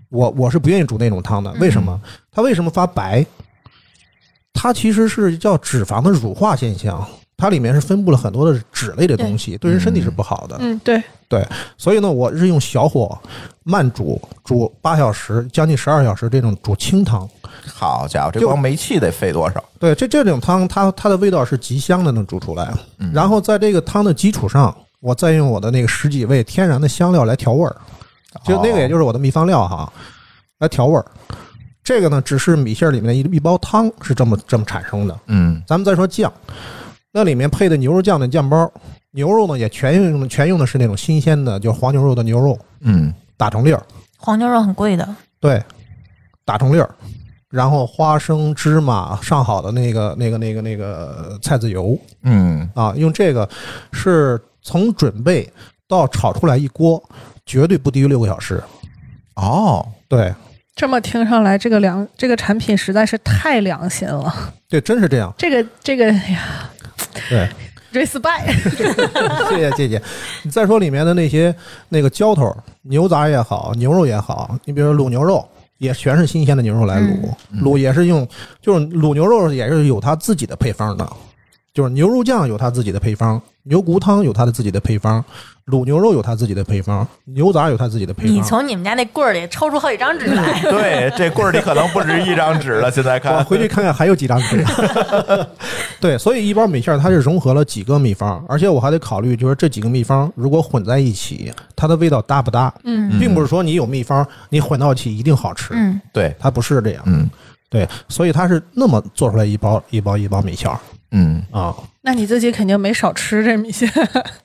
我我是不愿意煮那种汤的，为什么？它为什么发白？它其实是叫脂肪的乳化现象，它里面是分布了很多的脂类的东西，对人身体是不好的。嗯，对，所以呢，我是用小火慢煮，煮八小时，将近十二小时这种煮清汤。好家伙，这就光煤气得费多少？对，这这种汤它它的味道是极香的，能煮出来。啊然后在这个汤的基础上，我再用我的那个十几味天然的香料来调味儿，就那个哦也就是我的秘方料哈，来调味儿。这个呢，只是米线儿里面的一一包汤是这么这么产生的。嗯咱们再说酱，那里面配的牛肉酱的酱包，牛肉呢也全用全用的是那种新鲜的，就是黄牛肉的牛肉嗯打成粒儿，黄牛肉很贵的，对，打成粒儿，然后花生、芝麻上好的那个、那个、那个、那个菜籽油嗯，啊，用这个是从准备到炒出来一锅，绝对不低于六个小时。哦，对这么听上来，这个良这个产品实在是太良心了，对，真是这样。这个这个哎呀对， ，respect，谢谢谢谢。你再说里面的那些那个浇头，牛杂也好，牛肉也好，你比如说卤牛肉。也全是新鲜的牛肉来卤，卤也是用，就是卤牛肉也是有它自己的配方的，就是牛肉酱有它自己的配方，牛骨汤有它的自己的配方，卤牛肉有它自己的配方，牛杂有它自己的 配你方。从你们家那棍儿里抽出好几张纸来， 对，这棍儿里可能不止一张纸了，现在我看，哦回去看看还有几张纸。对，所以一包米线儿它是融合了几个秘方，而且我还得考虑，就是这几个秘方如果混在一起，它的味道搭不搭？嗯，并不是说你有秘方，你混到一起一定好吃， 嗯，对，它不是这样。嗯对，所以它是那么做出来一包一包一包米线儿嗯啊， 那你自己肯定没少吃这米线，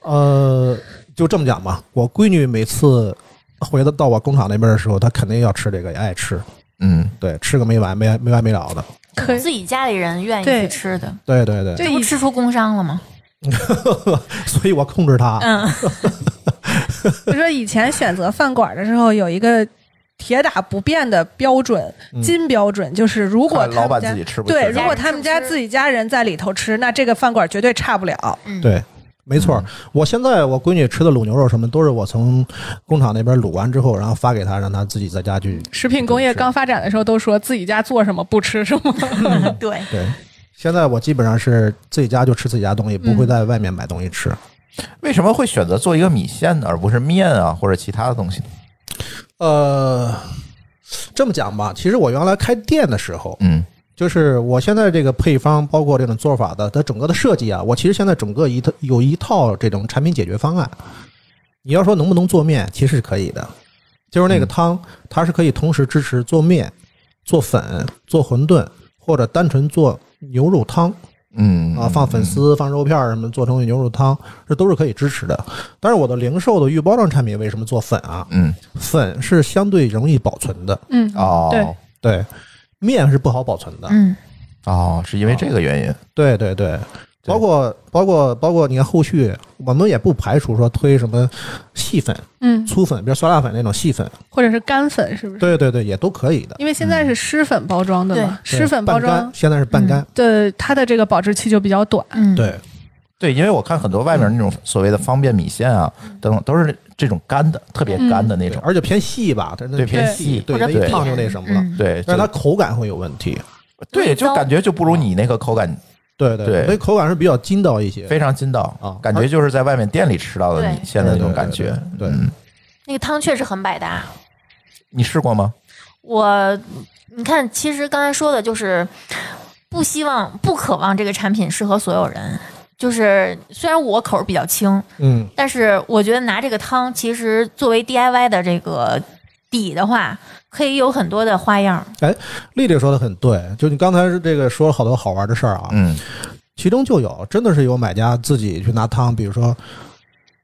呃，就这么讲吧。我闺女每次回到到我工厂那边的时候，她肯定要吃这个，也爱吃，嗯，对，吃个没完没没完没了的。可以自己家里人愿意对去吃的，对对对，对这不吃出工伤了吗？所以我控制她。嗯， 就说以前选择饭馆的时候有一个铁打不变的标准，金标准，就是如果嗯看他老们板家自己吃不吃对，这如个果他们家自己家人在里头吃，那这个饭馆绝对差不了。对，没错儿。我现在我闺女吃的卤牛肉什么，都是我从工厂那边卤完之后，然后发给她，让她自己在家去。食品工业刚发展的时候都说自己家做什么不吃什么， 对，对，现在我基本上是自己家就吃自己家东西，不会在外面买东西吃。为什么会选择做一个米线呢，而不是面啊或者其他的东西呢？呃，这么讲吧，其实我原来开店的时候，嗯就是我现在这个配方，包括这种做法的，它整个的设计啊，我其实现在整个一套有一套这种产品解决方案。你要说能不能做面，其实是可以的，就是那个汤，它是可以同时支持做面、做粉、做馄饨，或者单纯做牛肉汤。嗯啊，放粉丝、放肉片儿什么，做成牛肉汤，这都是可以支持的。但是我的零售的预包装产品为什么做粉啊？嗯粉是相对容易保存的， 嗯，对哦对，面是不好保存的，嗯，哦，是因为这个原因，对对对。包括包括包括，你看后续我们也不排除说推什么细粉、嗯，粗粉，比如酸辣粉那种细粉，或者是干粉是不是？对对对，也都可以的。因为现在是湿粉包装的嘛，对湿粉包半干装现在是半干，的它的这个保质期就比较短。嗯，对对，因为我看很多外面那种所谓的方便米线啊等等，都是这种干的，特别干的那对种，而且偏细吧，它那对偏细对，或者它对一烫就那什么了，嗯对，但是它就口感会有问题。对，就感觉就不如你那个口感对对对所以口感是比较筋道一些。非常筋道啊感觉就是在外面店里吃到的米线的那种感觉。对对对对嗯那个汤确实很百搭。你试过吗？我，你看，其实刚才说的就是不希望、不渴望这个产品适合所有人。就是虽然我口儿比较轻，嗯，但是我觉得拿这个汤，其实作为 DIY 的这个底的话，可以有很多的花样。丽丽说的很对，就你刚才是这个说了好多好玩的事儿啊，嗯其中就有真的是有买家自己去拿汤，比如说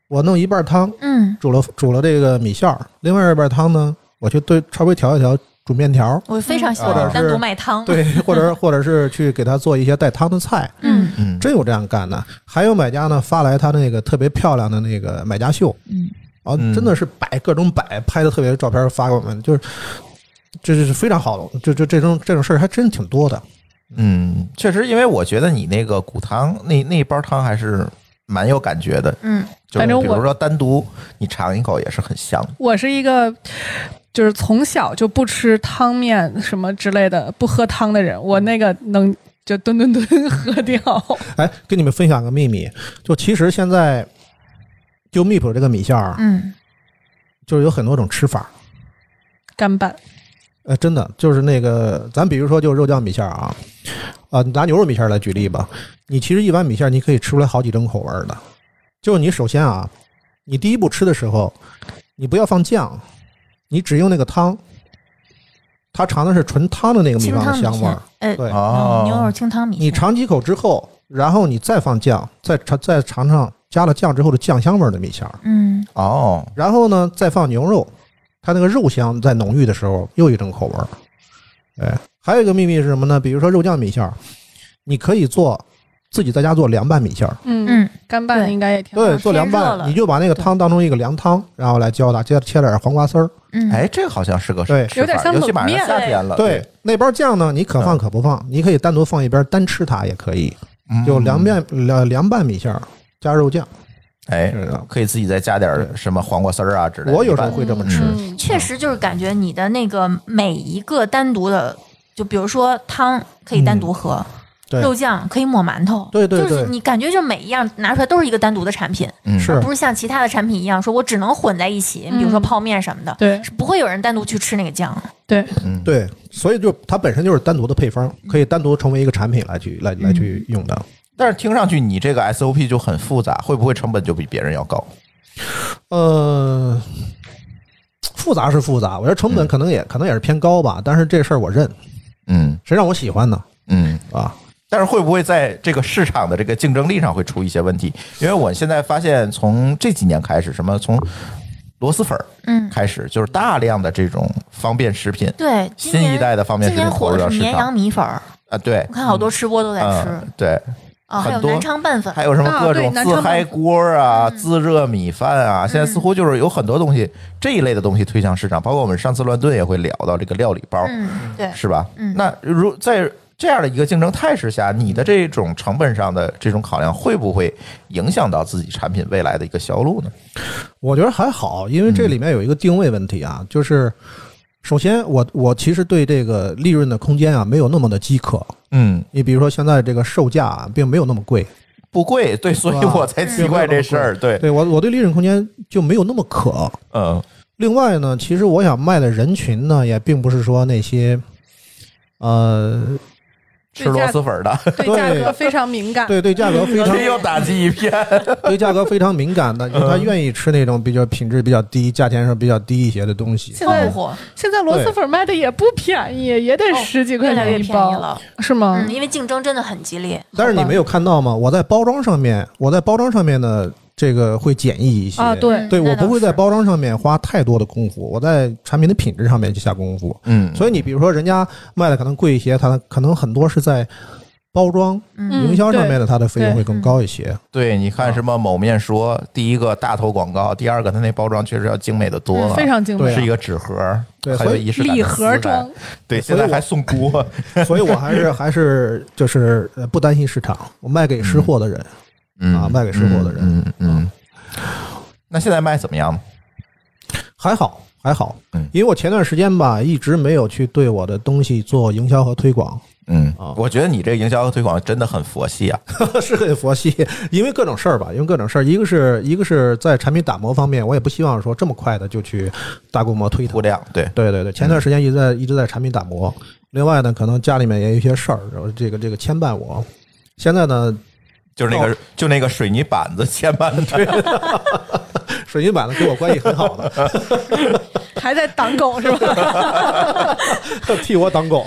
我弄一半汤嗯煮了煮了这个米线儿，另外一半汤呢，我去对稍微调一调，煮面 条，我非常喜嗯或者欢嗯啊是单独卖汤。，对，或者或者是去给他做一些带汤的菜，嗯嗯，真有这样干的。还有买家呢发来他那个特别漂亮的那个买家秀，嗯，啊，嗯真的是摆各种摆，拍的特别照片发给我们，就是这是非常好的，这这这种这种事儿还真挺多的。嗯，确实，因为我觉得你那个骨汤那那一包汤还是蛮有感觉的，嗯，就是反正我比如说单独你尝一口也是很香的。我是一个就是从小就不吃汤面什么之类的，不喝汤的人，我那个能就吨吨吨喝 掉。哎，跟你们分享个秘密，就其实现在就 Meep 这个米线儿，嗯，就是有很多种吃法。干拌呃，真的就是那个，咱比如说就是肉酱米线儿啊，啊、拿牛肉米线儿来举例吧。你其实一碗米线儿你可以吃出来好几种口味儿的。就是你首先啊，你第一步吃的时候，你不要放酱，你只用那个汤。它尝的是纯汤的那个米清饭的汤香味儿线，，呃，对嗯哦，牛肉清汤米你线，尝几口之后，然后你再放酱，再尝再尝尝加了酱之后的酱香味儿的米线儿，嗯哦，然后呢再放牛肉，它那个肉香在浓郁的时候又一种口味儿。哎，还有一个秘密是什么呢？比如说肉酱米线儿，你可以做自己在家做凉拌米线儿，嗯嗯，干拌对应该也挺好。对，做凉嗯天热了拌，你就把那个汤当成一个凉汤，然后来浇它，接切点儿黄瓜丝儿。嗯，哎，这个好像是个对吃有点法像尤其冷马上面哎夏天了，对，，那包酱呢，你可放可不放，你可以单独放一边儿，单吃它也可以。嗯就凉。面凉凉拌米线儿加肉酱，哎，是的可以自己再加点儿什么黄瓜丝儿啊之类的。我有时候一般会这么吃。嗯确实就是感觉你的那个每一个单独的，就比如说汤可以单独喝，对肉酱可以抹馒头，对对就是对你感觉就每一样拿出来都是一个单独的产品，嗯是啊不是像其他的产品一样，说我只能混在一起，比如说嗯泡面什么的，对是不会有人单独去吃那个酱。对，嗯，对，所以就它本身就是单独的配方，可以单独成为一个产品来去来来去用的。但是听上去你这个 SOP 就很复杂，会不会成本就比别人要高？呃，复杂是复杂，我觉得成本可能也、可能也是偏高吧，但是这事儿我认，嗯谁让我喜欢呢？嗯，啊，但是会不会在这个市场的这个竞争力上会出一些问题？因为我现在发现，从这几年开始，什么从螺蛳粉儿嗯，开始，就是大量的这种方便食品，对，今新年一代的方便今食品年投火入到的是市绵阳场米粉儿，啊，对我，看好多吃播都在吃嗯，对，啊，还有很多南昌拌粉，还有什么各种啊对南自昌嗨锅啊、自热米饭啊，现在似乎就是有很多东西这一类的东西推向市场，包括我们上次乱炖也会聊到这个料理包，嗯，对，是吧？嗯那如在这样的一个竞争态势下，你的这种成本上的这种考量，会不会影响到自己产品未来的一个销路呢？我觉得还好，因为这里面有一个定位问题啊，就是首先我我其实对这个利润的空间啊没有那么的饥渴，嗯，你比如说现在这个售价、啊、并没有那么贵，不贵，对，所以是吧我才奇怪这事儿，对，对我我对利润空间就没有那么渴，嗯另外呢，其实我想卖的人群呢，也并不是说那些，呃，吃螺蛳粉的，对价格非常敏感。对对价格非 常又打击一片， 对价格非常敏感的，他愿意吃那种比较品质比较低、价钱上比较低一些的东西。现在凑合，现在螺蛳粉卖的也不便宜，也得哦十几块越来越钱一便宜包，了，是吗嗯，？因为竞争真的很激烈，但是你没有看到吗？我在包装上面，我在包装上面呢，这个会简易一些。啊，对嗯，对那我倒不会在是包装上面花太多的功夫，我在产品的品质上面去下功夫。嗯，所以你比如说，人家卖的可能贵一些，他可能很多是在包装、嗯营销上面的，它的费用对会更高一些。对，你啊看什么某面说，第一个大头广告，第二个它那包装确实要精美的多了，嗯非常精对美，啊是一个纸盒，对很有所以仪式感的礼盒撕开装。对，所现以在我还送 锅，嗯所以我还是还是就是呃不担心市场，我卖给识货的人。嗯啊卖给吃货的人啊嗯嗯嗯那现在卖怎么样呢？还好还好嗯，因为我前段时间吧一直没有去对我的东西做营销和推广，嗯啊，我觉得你这个营销和推广真的很佛系啊。是很佛系，因为各种事儿吧，因为各种事儿，一个是一个是在产品打磨方面，我也不希望说这么快的就去大规模推它铺。量，对，对对对，前段时间一直在一直在产品打磨，另外呢，可能家里面也有一些事儿，然后这个这个牵绊我。现在呢，就是哦那个就那个水泥板子牵绊的， 对，水泥板呢跟我关系很好的，还在挡狗是吧？替我挡狗。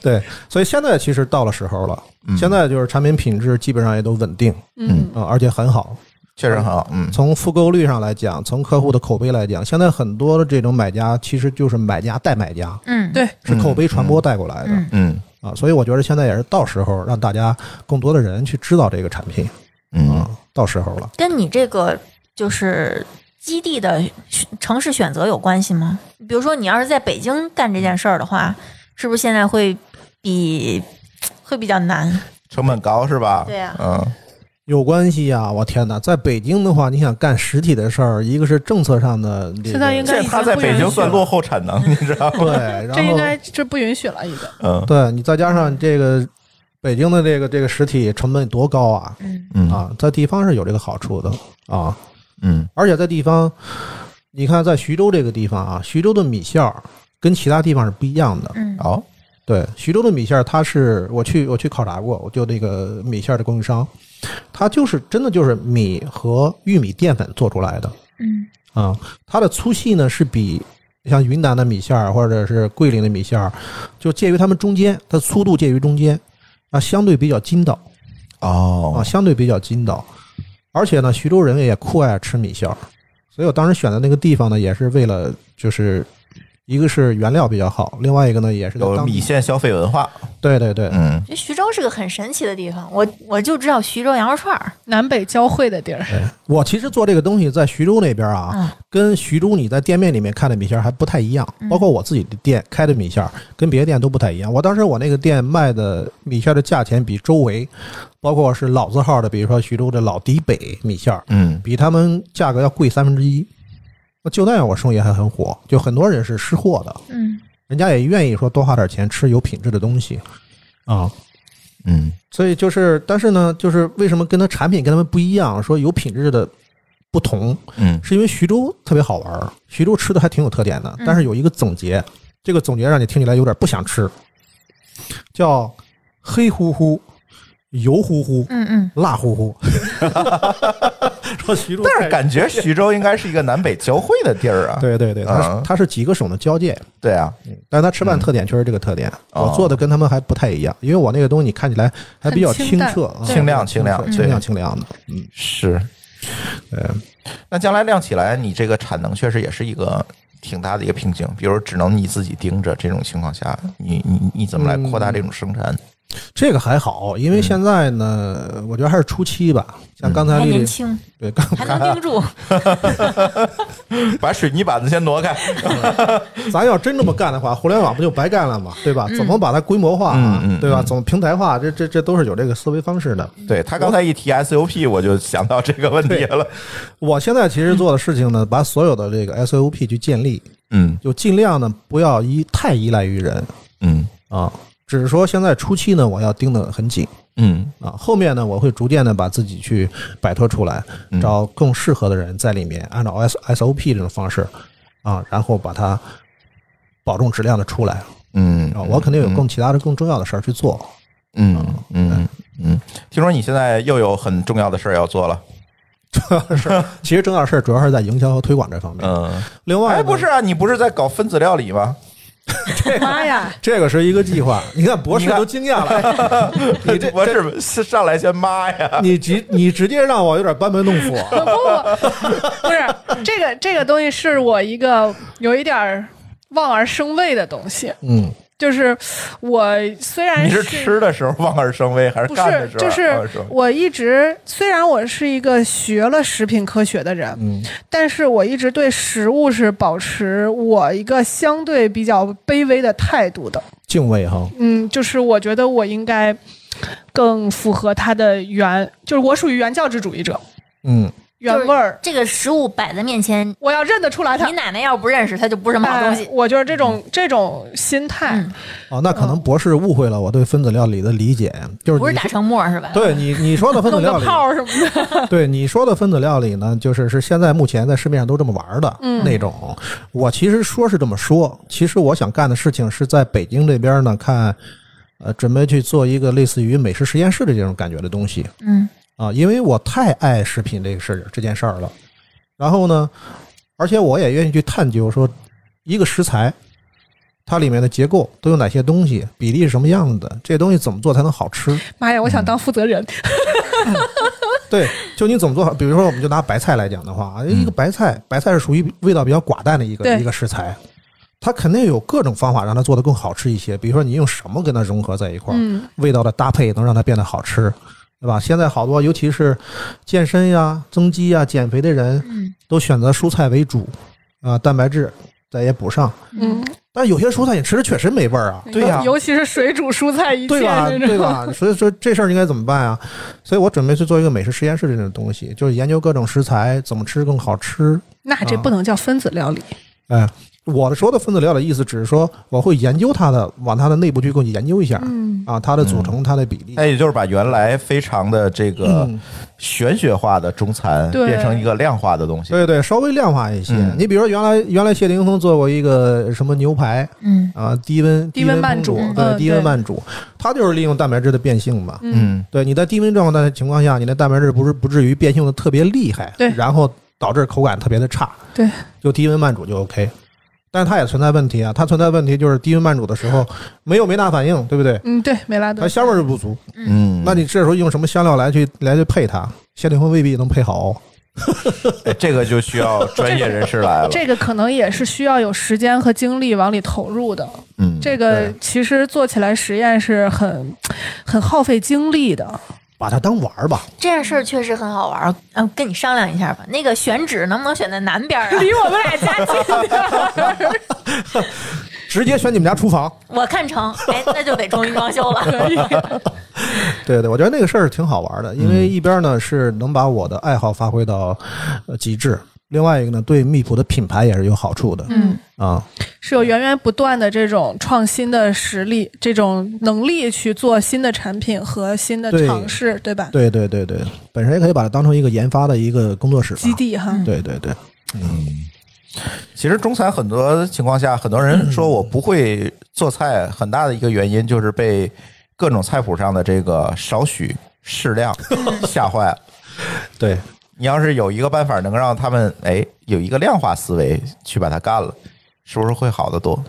对，所以现在其嗯实到了时候了，现在就是产品品质基本上也都稳定，嗯啊、而且很好。确实很好，嗯，从复购率上来讲，从客户的口碑来讲，现在很多的这种买家其实就是买家带买家，嗯，对，是口碑传播带过来的、嗯嗯啊。所以我觉得现在也是到时候让大家更多的人去知道这个产品嗯啊，到时候了。跟你这个就是基地的选城市选择有关系吗？比如说，你要是在北京干这件事儿的话，是不是现在会比会比较难？成本高是吧？对啊嗯，有关系呀、我天哪，在北京的话，你想干实体的事儿，一个是政策上的这个、现在应该这他在北京算落后产能，你知道吗？对，然后 这应该这不允许了，已经。嗯对你再加上这个北京的这个这个实体成本多高啊嗯，嗯啊，在地方是有这个好处的啊，嗯而且在地方，你看在徐州这个地方啊，徐州的米线儿跟其他地方是不一样的。嗯哦，对，徐州的米线儿，它是我去我去考察过，我就那个米线儿的供应商，它就是真的就是米和玉米淀粉做出来的。嗯啊、它的粗细呢是比像云南的米线儿或者是桂林的米线儿，就介于它们中间，它粗度介于中间，啊，相对比较筋道啊，哦，相对比较筋道。而且呢，徐州人也酷爱吃米线儿，所以我当时选的那个地方呢，也是为了就是一个是原料比较好，另外一个呢也是在有当地米线消费文化，对对对，嗯，这徐州是个很神奇的地方，我我就知道徐州羊肉串儿，南北交汇的地儿， 我其实做这个东西在徐州那边啊，嗯跟徐州你在店面里面看的米线儿还不太一样，包括我自己的店开的米线儿跟别的店都不太一样。我当时我那个店卖的米线儿的价钱比周围，包括是老字号的，比如说徐州的老迪北米线儿，嗯比他们价格要贵三分之一。那就那样，我生意还很火，就很多人是吃货的，嗯，人家也愿意说多花点钱吃有品质的东西啊。嗯所以就是，但是呢，就是为什么跟它产品跟他们不一样，说有品质的不同，嗯是因为徐州特别好玩儿，徐州吃的还挺有特点的，但是有一个总结，这个总结让你听起来有点不想吃，叫黑乎乎、油乎乎、嗯嗯，辣乎乎。 说徐州菜，但是感觉徐州应该是一个南北交汇的地儿啊。对对对，它啊是它是几个省的交界，对啊，但是它吃饭特点确实这个特点，哦我做的跟他们还不太一样，因为我那个东西你看起来还比较很清清淡澈、啊清亮清清亮澈对清亮清亮的，嗯，是。对。那将来亮起来，你这个产能确实也是一个挺大的一个瓶颈。比如只能你自己盯着这种情况下，你你你怎么来扩大嗯这种生产？这个还好，因为现在呢，嗯我觉得还是初期吧。像刚才还丽年丽轻，对刚还能盯 住，把水泥板子先挪开。 咱要真这么干的话，互联网不就白干了吗？对吧？嗯怎么把它规模化啊？嗯嗯对吧？嗯怎么平台化？这这这都是有这个思维方式的。对他刚才一提 SUP，我就想到这个问题了。我现在其实做的事情呢，把所有的这个 SOP 去建立，嗯就尽量呢不要依太依赖于人嗯啊。只是说现在初期呢，我要盯得很紧嗯啊，后面呢，我会逐渐的把自己去摆脱出来，嗯找更适合的人在里面，按照 S SOP 这种方式啊，然后把它保证质量的出来嗯啊。我肯定有更其他的更重要的事儿去做。嗯嗯嗯。听说你现在又有很重要的事儿要做了。 其实重要的事儿主要是在营销和推广这方面。嗯，另外呢，哎，不是啊，你不是在搞分子料理吗？妈呀！这个是一个计划。你看博士你看都惊讶了， 你这我是是上来先妈呀！你直你直接让我有点班门弄 斧。不不不，不是这个这个东西是我一个有一点儿望而生畏的东西，嗯，就是我虽然你是吃的时候望而生畏，还是哎不干的时是候啊哦望就而是生畏？我一直虽然我是一个学了食品科学的人，嗯但是我一直对食物是保持我一个相对比较卑微的态度的。敬畏哈，嗯，就是我觉得我应该更符合它的原，就是我属于原教旨主义者，嗯，原味儿， 这个食物摆在面前，我要认得出来它你。奶奶要不认识，它就不是什么好东哎西。我就是这种这种心态。嗯哦，那可能博士误会了我对分子料理的理解，就是不是你打成沫儿是吧？对你你说的分子弄料个理，泡儿什么的，对你说的分子料理呢，就是是现在目前在市面上都这么玩儿的、嗯那种。我其实说是这么说，其实我想干的事情是在北京这边呢，看呃，准备去做一个类似于美食实验室的这种感觉的东西嗯啊，因为我太爱食品这个事儿这件事儿了。然后呢，而且我也愿意去探究说一个食材。它里面的结构都有哪些东西，比例是什么样子的？这些东西怎么做才能好吃？妈呀！我想当负责人，对，就你怎么做好？比如说，我们就拿白菜来讲的话，啊一个白菜，白菜是属于味道比较寡淡的一个嗯对一个食材，它肯定有各种方法让它做得更好吃一些。比如说，你用什么跟它融合在一块儿，嗯，味道的搭配能让它变得好吃，对吧？现在好多，尤其是健身呀、增肌呀、减肥的人，嗯都选择蔬菜为主，啊、蛋白质再也补上。嗯，但有些蔬菜你吃着确实没味儿啊，对呀尤其是水煮蔬菜一对吧？切 对？吧？所以说这事儿应该怎么办啊？所以我准备去做一个美食实验室这种东西，就是研究各种食材怎么吃更好吃。那啊这不能叫分子料理，哎，我的说的分子料理意思只是说我会研究它的，往它的内部去更研究一下、嗯啊，它的组成、它的比例。那哎也就是把原来非常的这个嗯玄学化的中餐对变成一个量化的东西。对对，稍微量化一些。嗯你比如说，原来原来谢霆锋做过一个什么牛排嗯啊，低温低温慢慢煮对，嗯低温对慢煮，它就是利用蛋白质的变性嘛。嗯，嗯，对，你在低温状态的情况下，你的蛋白质不是不至于变性的特别厉害，对然后导致口感特别的差，对，就低温慢煮就 OK。但是它也存在问题啊，它存在问题就是低温慢煮的时候没有酶大反应，对不对？嗯，对，梅拉它德，香味儿就不足，嗯，那你这时候用什么香料来去来去配它？谢霆锋未必能配好哦。哎这个就需要专业人士来了。 这个可能也是需要有时间和精力往里投入的。嗯，这个对其实做起来实验是很很耗费精力的。把它当玩儿吧，这件事儿确实很好玩儿，嗯，跟你商量一下吧。那个选址能不能选在南边儿啊？离我们俩家近点儿，直接选你们家厨房。 我看成，哎，那就得重新装修了。可以。对对，我觉得那个事儿挺好玩的，因为一边呢是能把我的爱好发挥到呃极致，另外一个呢对蜜普的品牌也是有好处的嗯，啊。是有源源不断的这种创新的实力、这种能力去做新的产品和新的对尝试，对吧？对对对对，本身也可以把它当成一个研发的一个工作室吧基。地哈，对对对，其实中餐很多情况下，很多人说我不会做菜，很大的一个原因就是被各种菜谱上的这个少许适 量吓坏了。对你要是有一个办法能让他们哎有一个量化思维去把它干了，是不是会好得多？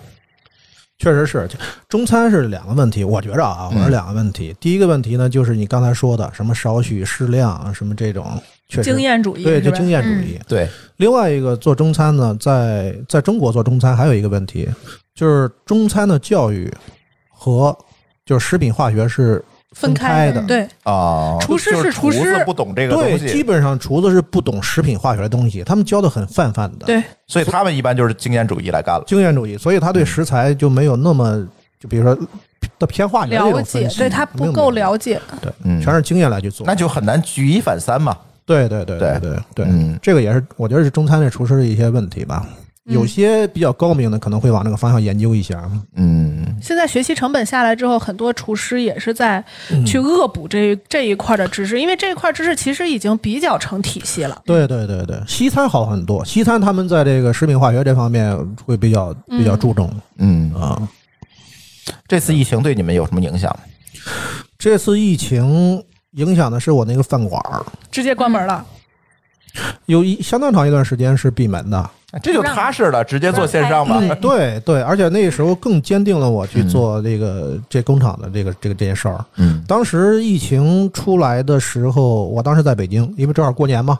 确实是。就中餐是两个问题，我觉着啊，嗯我是两个问题。第一个问题呢，就是你刚才说的什么少许适量，什么这种，确实经验主义对，是就吧？嗯经验主义。对，另外一个做中餐呢，在在中国做中餐还有一个问题，就是中餐的教育和就是食品化学是分开开的。对，啊，厨师就是厨厨师子不懂这个对东，基西，本上厨子是不懂食品化学的东西，他们教的很泛泛的。对所以他们一般就是经验主义来干了。经验主义，所以他对食材就没有那么，就比如说的偏化学这了种解分，析，对他没不有够没有了解，对，嗯，全是经验来去做。那就很难举一反三嘛。对对对对对对，嗯这个也是我觉得是中餐这厨师的一些问题吧。嗯有些比较高明的可能会往那个方向研究一下，嗯，现在学习成本下来之后，很多厨师也是在嗯去恶补这、这一块的知识，因为这一块知识其实已经比较成体系了。对对对对，西餐好很多，西餐他们在这个食品化学这方面会比较比较注重嗯，啊。这次疫情对你们有什么影响吗？这次疫情影响的是我那个饭馆儿，直接关门嗯了，有一相当长一段时间是闭门的，啊这就踏实了，直接做线上吧不。让开对对，而且那时候更坚定了我去做这个、这工厂的这个这个这件事儿。嗯当时疫情出来的时候，我当时在北京，因为正好过年嘛，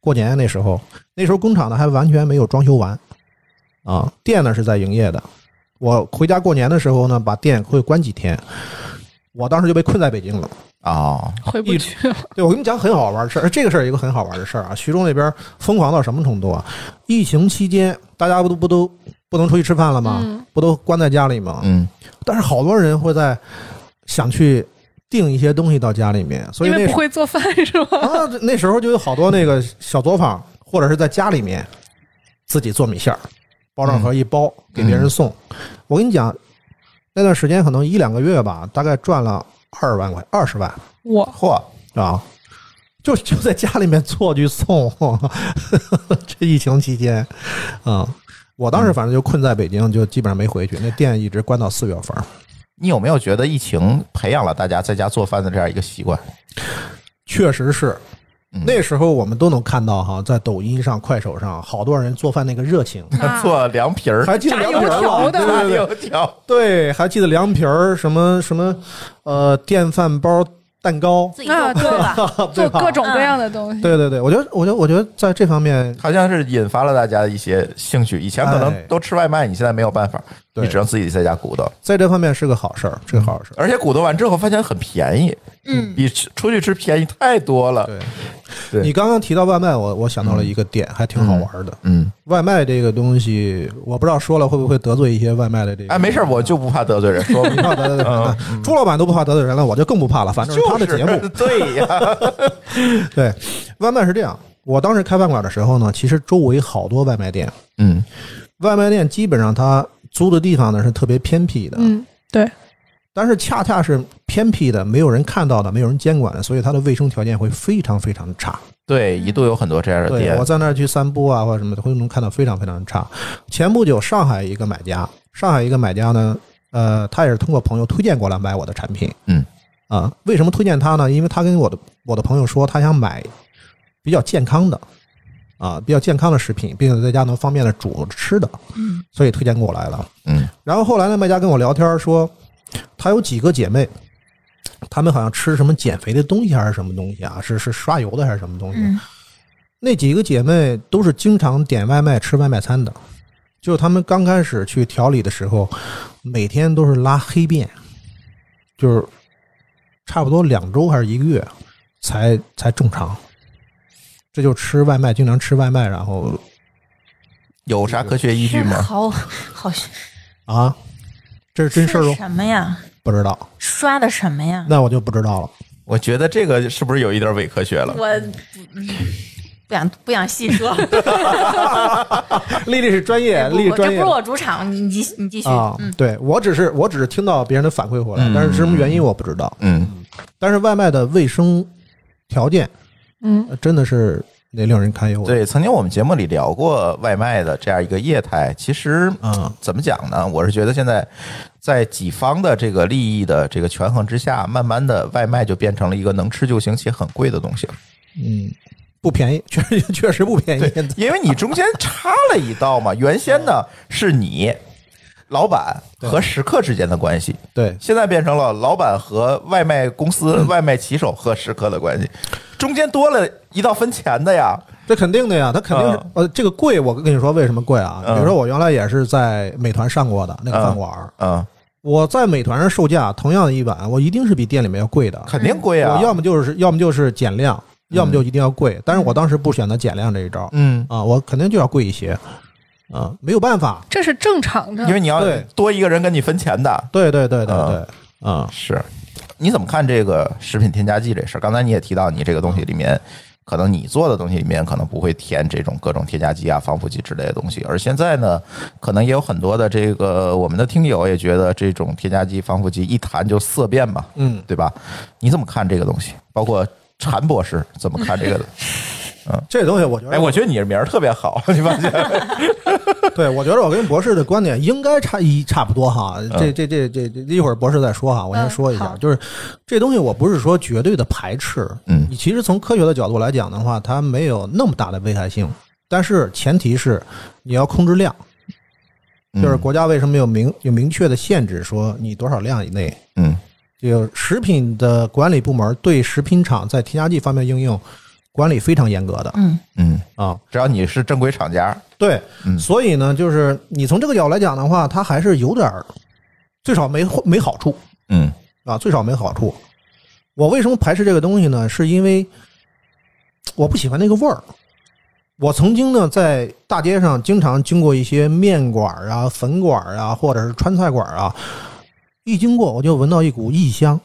过年那时候，那时候工厂呢还完全没有装修完，啊，店呢是在营业的。我回家过年的时候呢，把店会关几天。我当时就被困在北京了。哦，回不去了。对我跟你讲很好玩的事儿，这个事儿有一个很好玩的事儿啊。徐州那边疯狂到什么程度啊？疫情期间，大家不都不都不能出去吃饭了吗？嗯不都关在家里吗？嗯，但是好多人会在想去订一些东西到家里面，所以因那为时不候会做饭是吧？啊，那时 候就有好多那个小作坊，或者是在家里面自己做米线儿，包装盒一包、给别人送。我跟你讲，那段时间可能一两个月吧，大概赚了二万块，二十万我嚯，啊。就就在家里面做去送， 这疫情期间，啊、我当时反正就困在北京，就基本上没回去，那店一直关到四月份儿。你有没有觉得疫情培养了大家在家做饭的这样一个习惯？确实是嗯。那时候我们都能看到哈，在抖音上、快手上，好多人做饭那个热情， 啊做凉皮儿、 还记得炸凉油皮儿条吗？对炸对对油条，对，还记得凉皮儿什么什么，呃，电饭煲、蛋糕，自己做锅吧，做对吧各种各样的东西。对对对，我觉得，我觉得，我觉得在这方面，好像是引发了大家的一些兴趣。以前可哎能都吃外卖，你现在没有办法，对你只能自己在家鼓捣。在这方面是个好事儿，是个好事儿。而且鼓捣完之后发现很便宜，嗯，比吃出去吃便宜太多了。对，嗯对你刚刚提到外卖，我我想到了一个点，还挺好玩的。嗯，外卖这个东西，我不知道说了会不会得罪一些外卖的这个。 哎，没事儿，我就不怕得罪人，说不怕得罪人了嗯，朱老板都不怕得罪人了，我就更不怕了。反正是他的节目，就是对呀， 对，外卖是这样。我当时开饭馆的时候呢，其实周围好多外卖店，嗯，外卖店基本上它租的地方呢是特别偏僻的，嗯，对，但是恰恰是偏僻的，没有人看到的，没有人监管的，所以它的卫生条件会非常非常差。对，一度有很多这样的对，店我，在那儿去散步啊或者什么的，会能看到非常非常差。前不久，上海一个买家，上海一个买家呢，呃，他也是通过朋友推荐过来买我的产品。嗯，啊，为什么推荐他呢？因为他跟我的我的朋友说，他想买比较健康的。啊，比较健康的食品，并且在家能方便的煮吃的，嗯，所以推荐过来了。嗯然后后来呢，卖家跟我聊天说，他有几个姐妹，她们好像吃什么减肥的东西还是什么东西啊？是是刷油的还是什么东西？嗯那几个姐妹都是经常点外卖、吃外卖餐的，就她们刚开始去调理的时候，每天都是拉黑便，就是差不多两周还是一个月才才正常。这就吃外卖，经常吃外卖，然后有啥科学依据这吗？好好啊，这是真事儿是嗯哦，什么呀？不知道，刷的什么呀？那我就不知道了。我觉得这个是不是有一点伪科学了？我不不想不想细说，不丽丽是专业，丽丽我这啊啊哎专不业是我主场，你继你继续，啊嗯，对我只是我只是听到别人的反馈回来嗯，但是什么原因我不知道。嗯，但是外卖的卫生条件嗯，呃真的是得令人堪忧。，啊对，曾经我们节目里聊过外卖的这样一个业态，其实嗯，怎么讲呢？我是觉得现在在几方的这个利益的这个权衡之下，慢慢的外卖就变成了一个能吃就行且很贵的东西了。嗯，不便宜，确实 确实不便宜。因为你中间插了一道嘛，原先呢是你老板和食客之间的关系，对，现在变成了老板和外卖公 司、外卖骑手和食客的关系，中间多了一道分钱的呀。这肯定的呀，它肯定是嗯呃，这个贵，我跟你说为什么贵啊？嗯比如说我原来也是在美团上过的那个饭馆儿，嗯，我在美团上售价同样的一碗，我一定是比店里面要贵的。肯定贵啊我。要么就是要么就是减量，要么就一定要贵。但是我当时不选择减量这一招嗯，啊，我肯定就要贵一些啊，没有办法。这是正常的。因为你要对多一个人跟你分钱的。对对对对嗯对，啊，是，你怎么看这个食品添加剂这事儿？刚才你也提到，你这个东西里面，可能你做的东西里面可能不会添这种各种添加剂啊、防腐剂之类的东西。而现在呢，可能也有很多的这个我们的听友也觉得这种添加剂、防腐剂一谈就色变嘛，嗯，对吧？你怎么看这个东西？包括禅博士怎么看这个的？这东西我觉得，哎，我觉得你这名儿特别好， 你发现？对，我觉得我跟博士的观点应该差一差不多哈。嗯这这这这这一会儿博士再说哈，我先嗯说一下，好就是这东西我不是说绝对的排斥，嗯你其实从科学的角度来讲的话，它没有那么大的危害性，但是前提是你要控制量，嗯就是国家为什么有明有明确的限制，说你多少量以内。嗯就食品的管理部门对食品厂在添加剂方面应用管理非常严格的嗯嗯，啊，只要你是正规厂家，对，嗯所以呢，就是你从这个角度来讲的话，它还是有点儿，最少没没好处嗯啊，最少没好处。我为什么排斥这个东西呢？是因为我不喜欢那个味儿。我曾经呢，在大街上经常经过一些面馆儿啊、粉馆儿啊，或者是川菜馆儿啊，一经过我就闻到一股异香，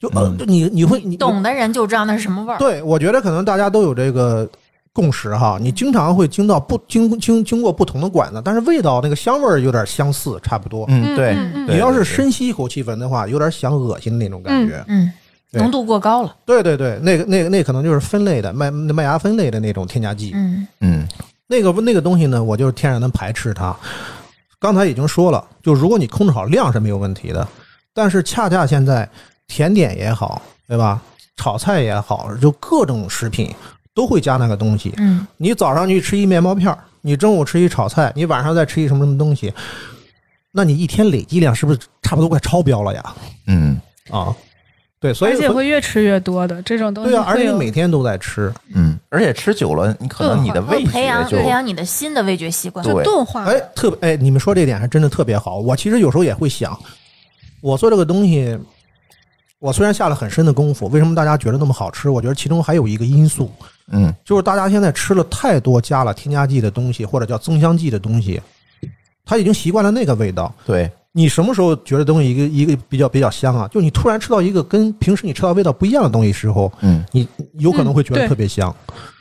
就呃，嗯就你你会你懂的人就知道那是什么味儿，对，我觉得可能大家都有这个共识哈。你经常会经到不经经经过不同的馆子，但是味道那个香味儿有点相似，差不多。嗯，对。嗯对你要是深吸一口气闻的话，有点想恶心的那种感觉。嗯，对浓度过高了，对对对，那个那个那可能就是酚类的麦麦芽酚类的那种添加剂。嗯嗯那个那个东西呢，我就是天然的排斥它。刚才已经说了，就如果你控制好量是没有问题的，但是恰恰现在甜点也好，对吧？炒菜也好，就各种食品都会加那个东西。嗯，你早上去吃一面包片儿，你中午吃一炒菜，你晚上再吃一什么什么东西，那你一天累计量是不是差不多快超标了呀？嗯。啊，对，所而以且会越吃越多的这种东西对会有。啊，而且你每天都在吃，嗯，而且吃久了，你可能你的味培觉养就培养你的新的味觉习惯。对就钝化了。哎，特别哎，你们说这点还真的特别好。我其实有时候也会想，我做这个东西，我虽然下了很深的功夫，为什么大家觉得那么好吃？我觉得其中还有一个因素，嗯就是大家现在吃了太多加了添加剂的东西，或者叫增香剂的东西，他已经习惯了那个味道。对你什么时候觉得东西一个一个比较比较香啊？就你突然吃到一个跟平时你吃到味道不一样的东西时候，嗯你有可能会觉嗯得对特别香。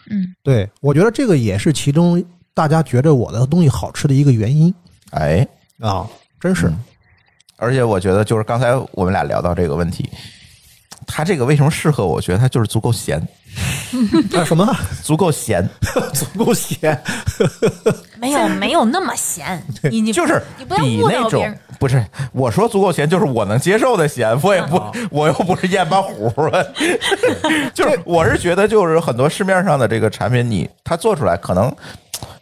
嗯，对我觉得这个也是其中大家觉得我的东西好吃的一个原因哎，啊，真是。而且我觉得就是刚才我们俩聊到这个问题，它这个为什么适合我？我觉得它就是足够咸， 啊什么足够咸， 足够咸？没有没有那 么咸，你你就是你不要比误那导别种人。不是我说足够咸，就是我能接受的咸，我也哦不我又不是燕巴糊，啊 就是我是觉得就是很多市面上的这个产品，你它做出来可能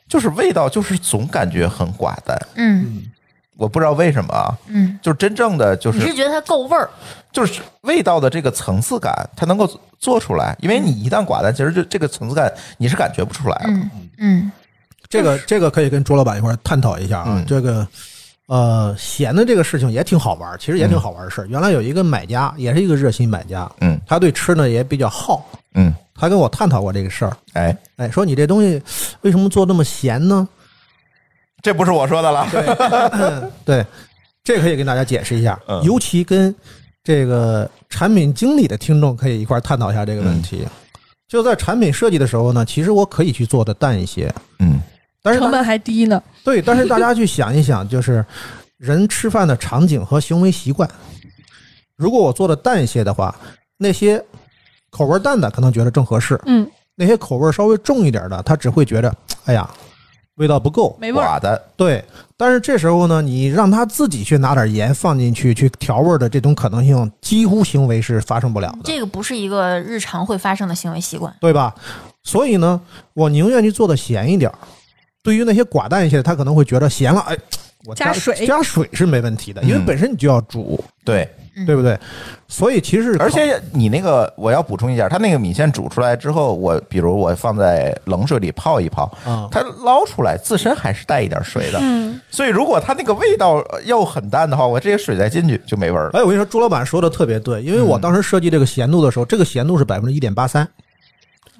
就是味道就是总感觉很寡淡，嗯我不知道为什么啊，嗯，就是真正的就你是是觉得它够味儿？就是味道的这个层次感，它能够做出来，因为你一旦寡淡，其实就这个层次感你是感觉不出来的，嗯嗯这个这个可以跟朱老板一块儿探讨一下啊。嗯这个呃，咸的这个事情也挺好玩儿，其实也挺好玩儿的事儿。原来有一个买家，也是一个热心买家，嗯他对吃呢也比较好，嗯，他跟我探讨过这个事儿。哎，哎，说你这东西为什么做那么咸呢？这不是我说的了，对，这可以跟大家解释一下，嗯尤其跟这个产品经理的听众可以一块儿探讨一下这个问题。就在产品设计的时候呢，其实我可以去做的淡一些，嗯但是成大本还低呢，对，但是大家去想一想，就是人吃饭的场景和行为习惯，如果我做的淡一些的话，那些口味淡的可能觉得正合适，嗯，那些口味稍微重一点的，他只会觉得，哎呀，味道不够，没味儿。寡淡，对，但是这时候呢，你让他自己去拿点盐放进去去调味儿的这种可能性，几乎行为是发生不了的，这个不是一个日常会发生的行为习惯。对吧？所以呢，我宁愿去做的咸一点儿。对于那些寡淡一些的，他可能会觉得咸了，哎，我加加水加水是没问题的，因为嗯本身你就要煮，对，嗯对不对？所以其实而且你那个我要补充一下，它那个米线煮出来之后，我比如我放在冷水里泡一泡，啊，它捞出来自身还是带一点水的，嗯，所以如果它那个味道呃要很淡的话，我这些水再进去就没味儿了。哎，我跟你说，朱老板说的特别对，因为我嗯当时设计这个咸度的时候，这个咸度是百分之一点八三。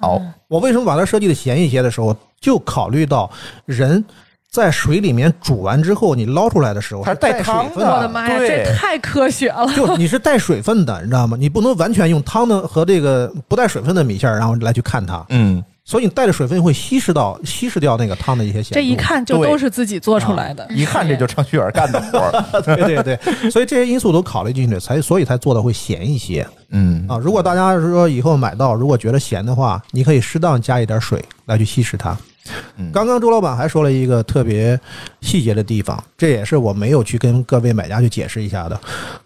哦，我为什么把它设计的咸一些的时候，就考虑到人在水里面煮完之后，你捞出来的时候它是是带带汤水的分我的妈呀，对这太科学了。 就你是带水分的，你知道吗？你不能完全用汤的和这个不带水分的米线儿，然后来去看它，嗯，所以你带着水分会稀释到稀释掉那个汤的一些咸度。 这一，看就都是自己做出来的，啊一看这就程序员干的活儿。对对对，所以这些因素都考虑进去，才所以才做的会咸一些嗯，啊。如果大家是说以后买到，如果觉得咸的话，你可以适当加一点水来去稀释它。嗯刚刚周老板还说了一个特别细节的地方，这也是我没有去跟各位买家去解释一下的，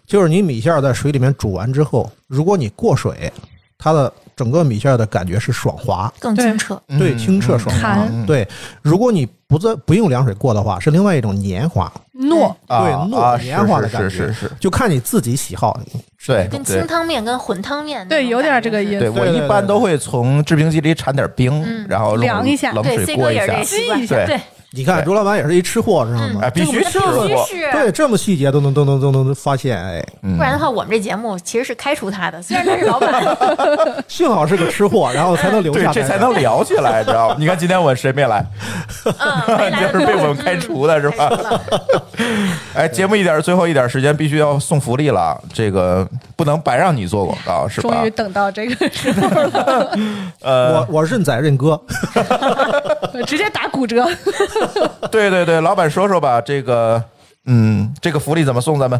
就是你米线儿在水里面煮完之后，如果你过水，它的整个米线儿的感觉是爽滑，更清澈，嗯对，清澈嗯爽弹滑。嗯对，如果你不在不用凉水过的话，是另外一种黏滑，糯啊对啊糯是黏滑的是感觉，是是是，就看你自己喜好。对跟对清汤面跟混汤面那对，种有点感觉这个是意对，思。我对对一对般对都会从制冰机里铲点冰嗯，然后用凉一下冷对水 C 过哥一也是下这。习惯，对对，嗯你看对周老板也是一吃货，知道吗哎，？必须这吃个必过，须是，啊对，这么细节都能都能都能发现，哎，嗯不然的话我们这节目其实是开除他的，虽然他是老板，幸好是个吃货，然后才能留对下来。这才能聊起来，知道吗？你看今天我谁没来，嗯，没来就的是被时候我们开除的是吧？嗯开除了哎，节目一点最后一点时间必须要送福利了，这个不能白让你做广告是吧终于？等到这个时候了，我我认宰认哥，直接打骨折。对对对，老板说说吧，这个嗯，这个福利怎么送咱们？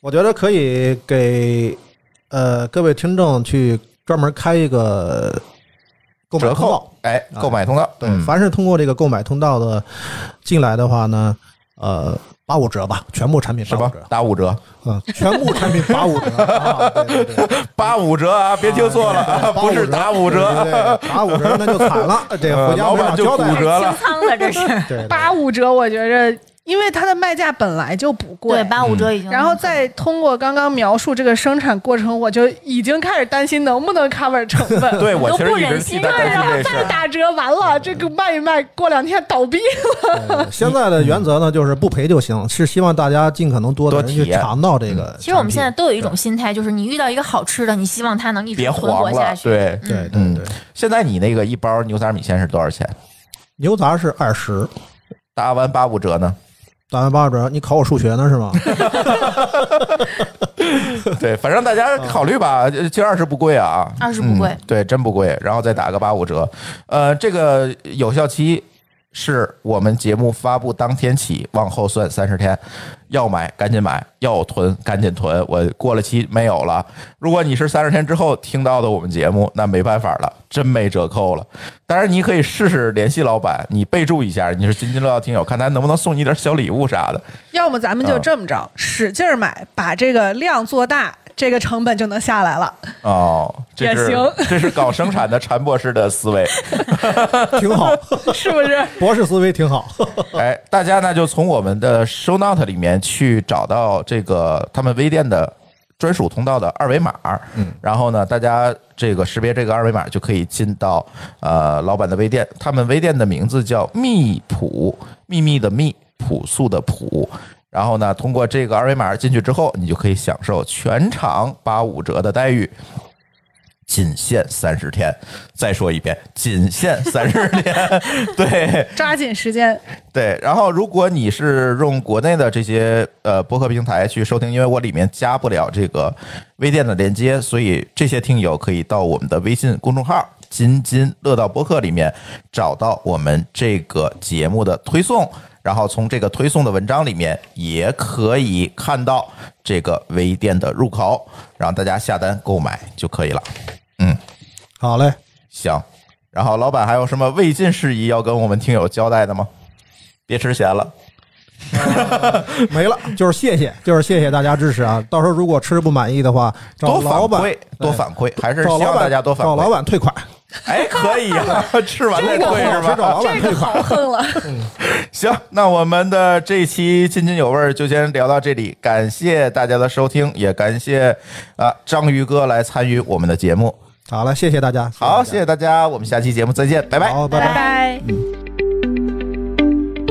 我觉得可以给呃各位听众去专门开一个购买折通道啊扣，，哎，购买通道，对，嗯凡是通过这个购买通道的进来的话呢，呃，八五折吧，全部产品什八五么折，打五折，嗯，全部产品 八五折，啊，对对对，八五折啊！别听错了，啊， 不是打五折，对对对打五折那就惨了，这个回家呃老没板法就交骨代折了，了清仓了这是，对对八五折，我觉着因为它的卖价本来就不贵对，。八五折已经。然后再通过刚刚描述这个生产过程，我就已经开始担心能不能 cover 成 本。对我都其实不一直忍替心啊他担了然心后这事哎再儿。打折，完了这个卖一卖，过两天倒闭。呃现在的原则呢，就是不赔就行，是希望大家尽可能多的多人体去验嗯尝到这个产品。嗯其实我们现在都有一种心态，就是你遇到一个好吃的，你希望它能一直别存黄活下了，去。对。对对嗯对，现在你那个一包牛杂米线是多少钱？牛杂是二十，打完八五折呢？打完八折，你考我数学呢 是吗？ 对，反正大家考虑吧，呃其实二十不贵啊， 20不贵嗯对，真不贵。然后再打个八五折，呃，这个有效期是我们节目发布当天起，往后算三十天。要买赶紧买，要囤赶紧囤。我过了期没有了。如果你是三十天之后听到的我们节目，那没办法了，真没折扣了。当然，你可以试试联系老板，你备注一下你是津津乐道听友，看他能不能送你点小礼物啥的。 要么咱们就这么着，使劲儿买，把这个量做大，这个成本就能下来了。哦，这也是行这是搞生产的 陈博士的思维。挺好，是不是？博士思维挺好。 哎，大家呢就从我们的 show note 里面去找到这个他们微店的专属通道的二维码，嗯，然后呢，大家这个识别这个二维码就可以进到呃老板的微店，他们微店的名字叫密普，秘密的密，朴素的朴。然后呢，通过这个二维码进去之后，你就可以享受全场八五折的待遇，仅限三十天。再说一遍，仅限三十天。 对， 抓紧时间，对，然后如果你是用国内的这些呃播客平台去收听，因为我里面加不了这个微店的链接，所以这些听友可以到我们的微信公众号“津津乐道播客”里面找到我们这个节目的推送，然后从这个推送的文章里面也可以看到这个微店的入口，然后大家下单购买就可以了。好嘞，行，然后老板还有什么未尽事宜要跟我们听友交代的吗？别吃咸了。没了，就是谢谢，就是谢谢大家支持啊！到时候如果吃不满意的话，找多反老板馈，多反馈，还是希找望老板大家多反找老馈。板退款，哎，可以 啊，吃完再退好是吃找吧？老 板这退个好款。横了。 行，那我们的这期津津有味儿就先聊到这里，感谢大家的收听，也感谢啊、章鱼哥来参与我们的节目。好了，谢谢大家，好，大谢家谢大家，我们下期节目再见，拜拜。好，拜拜。 拜。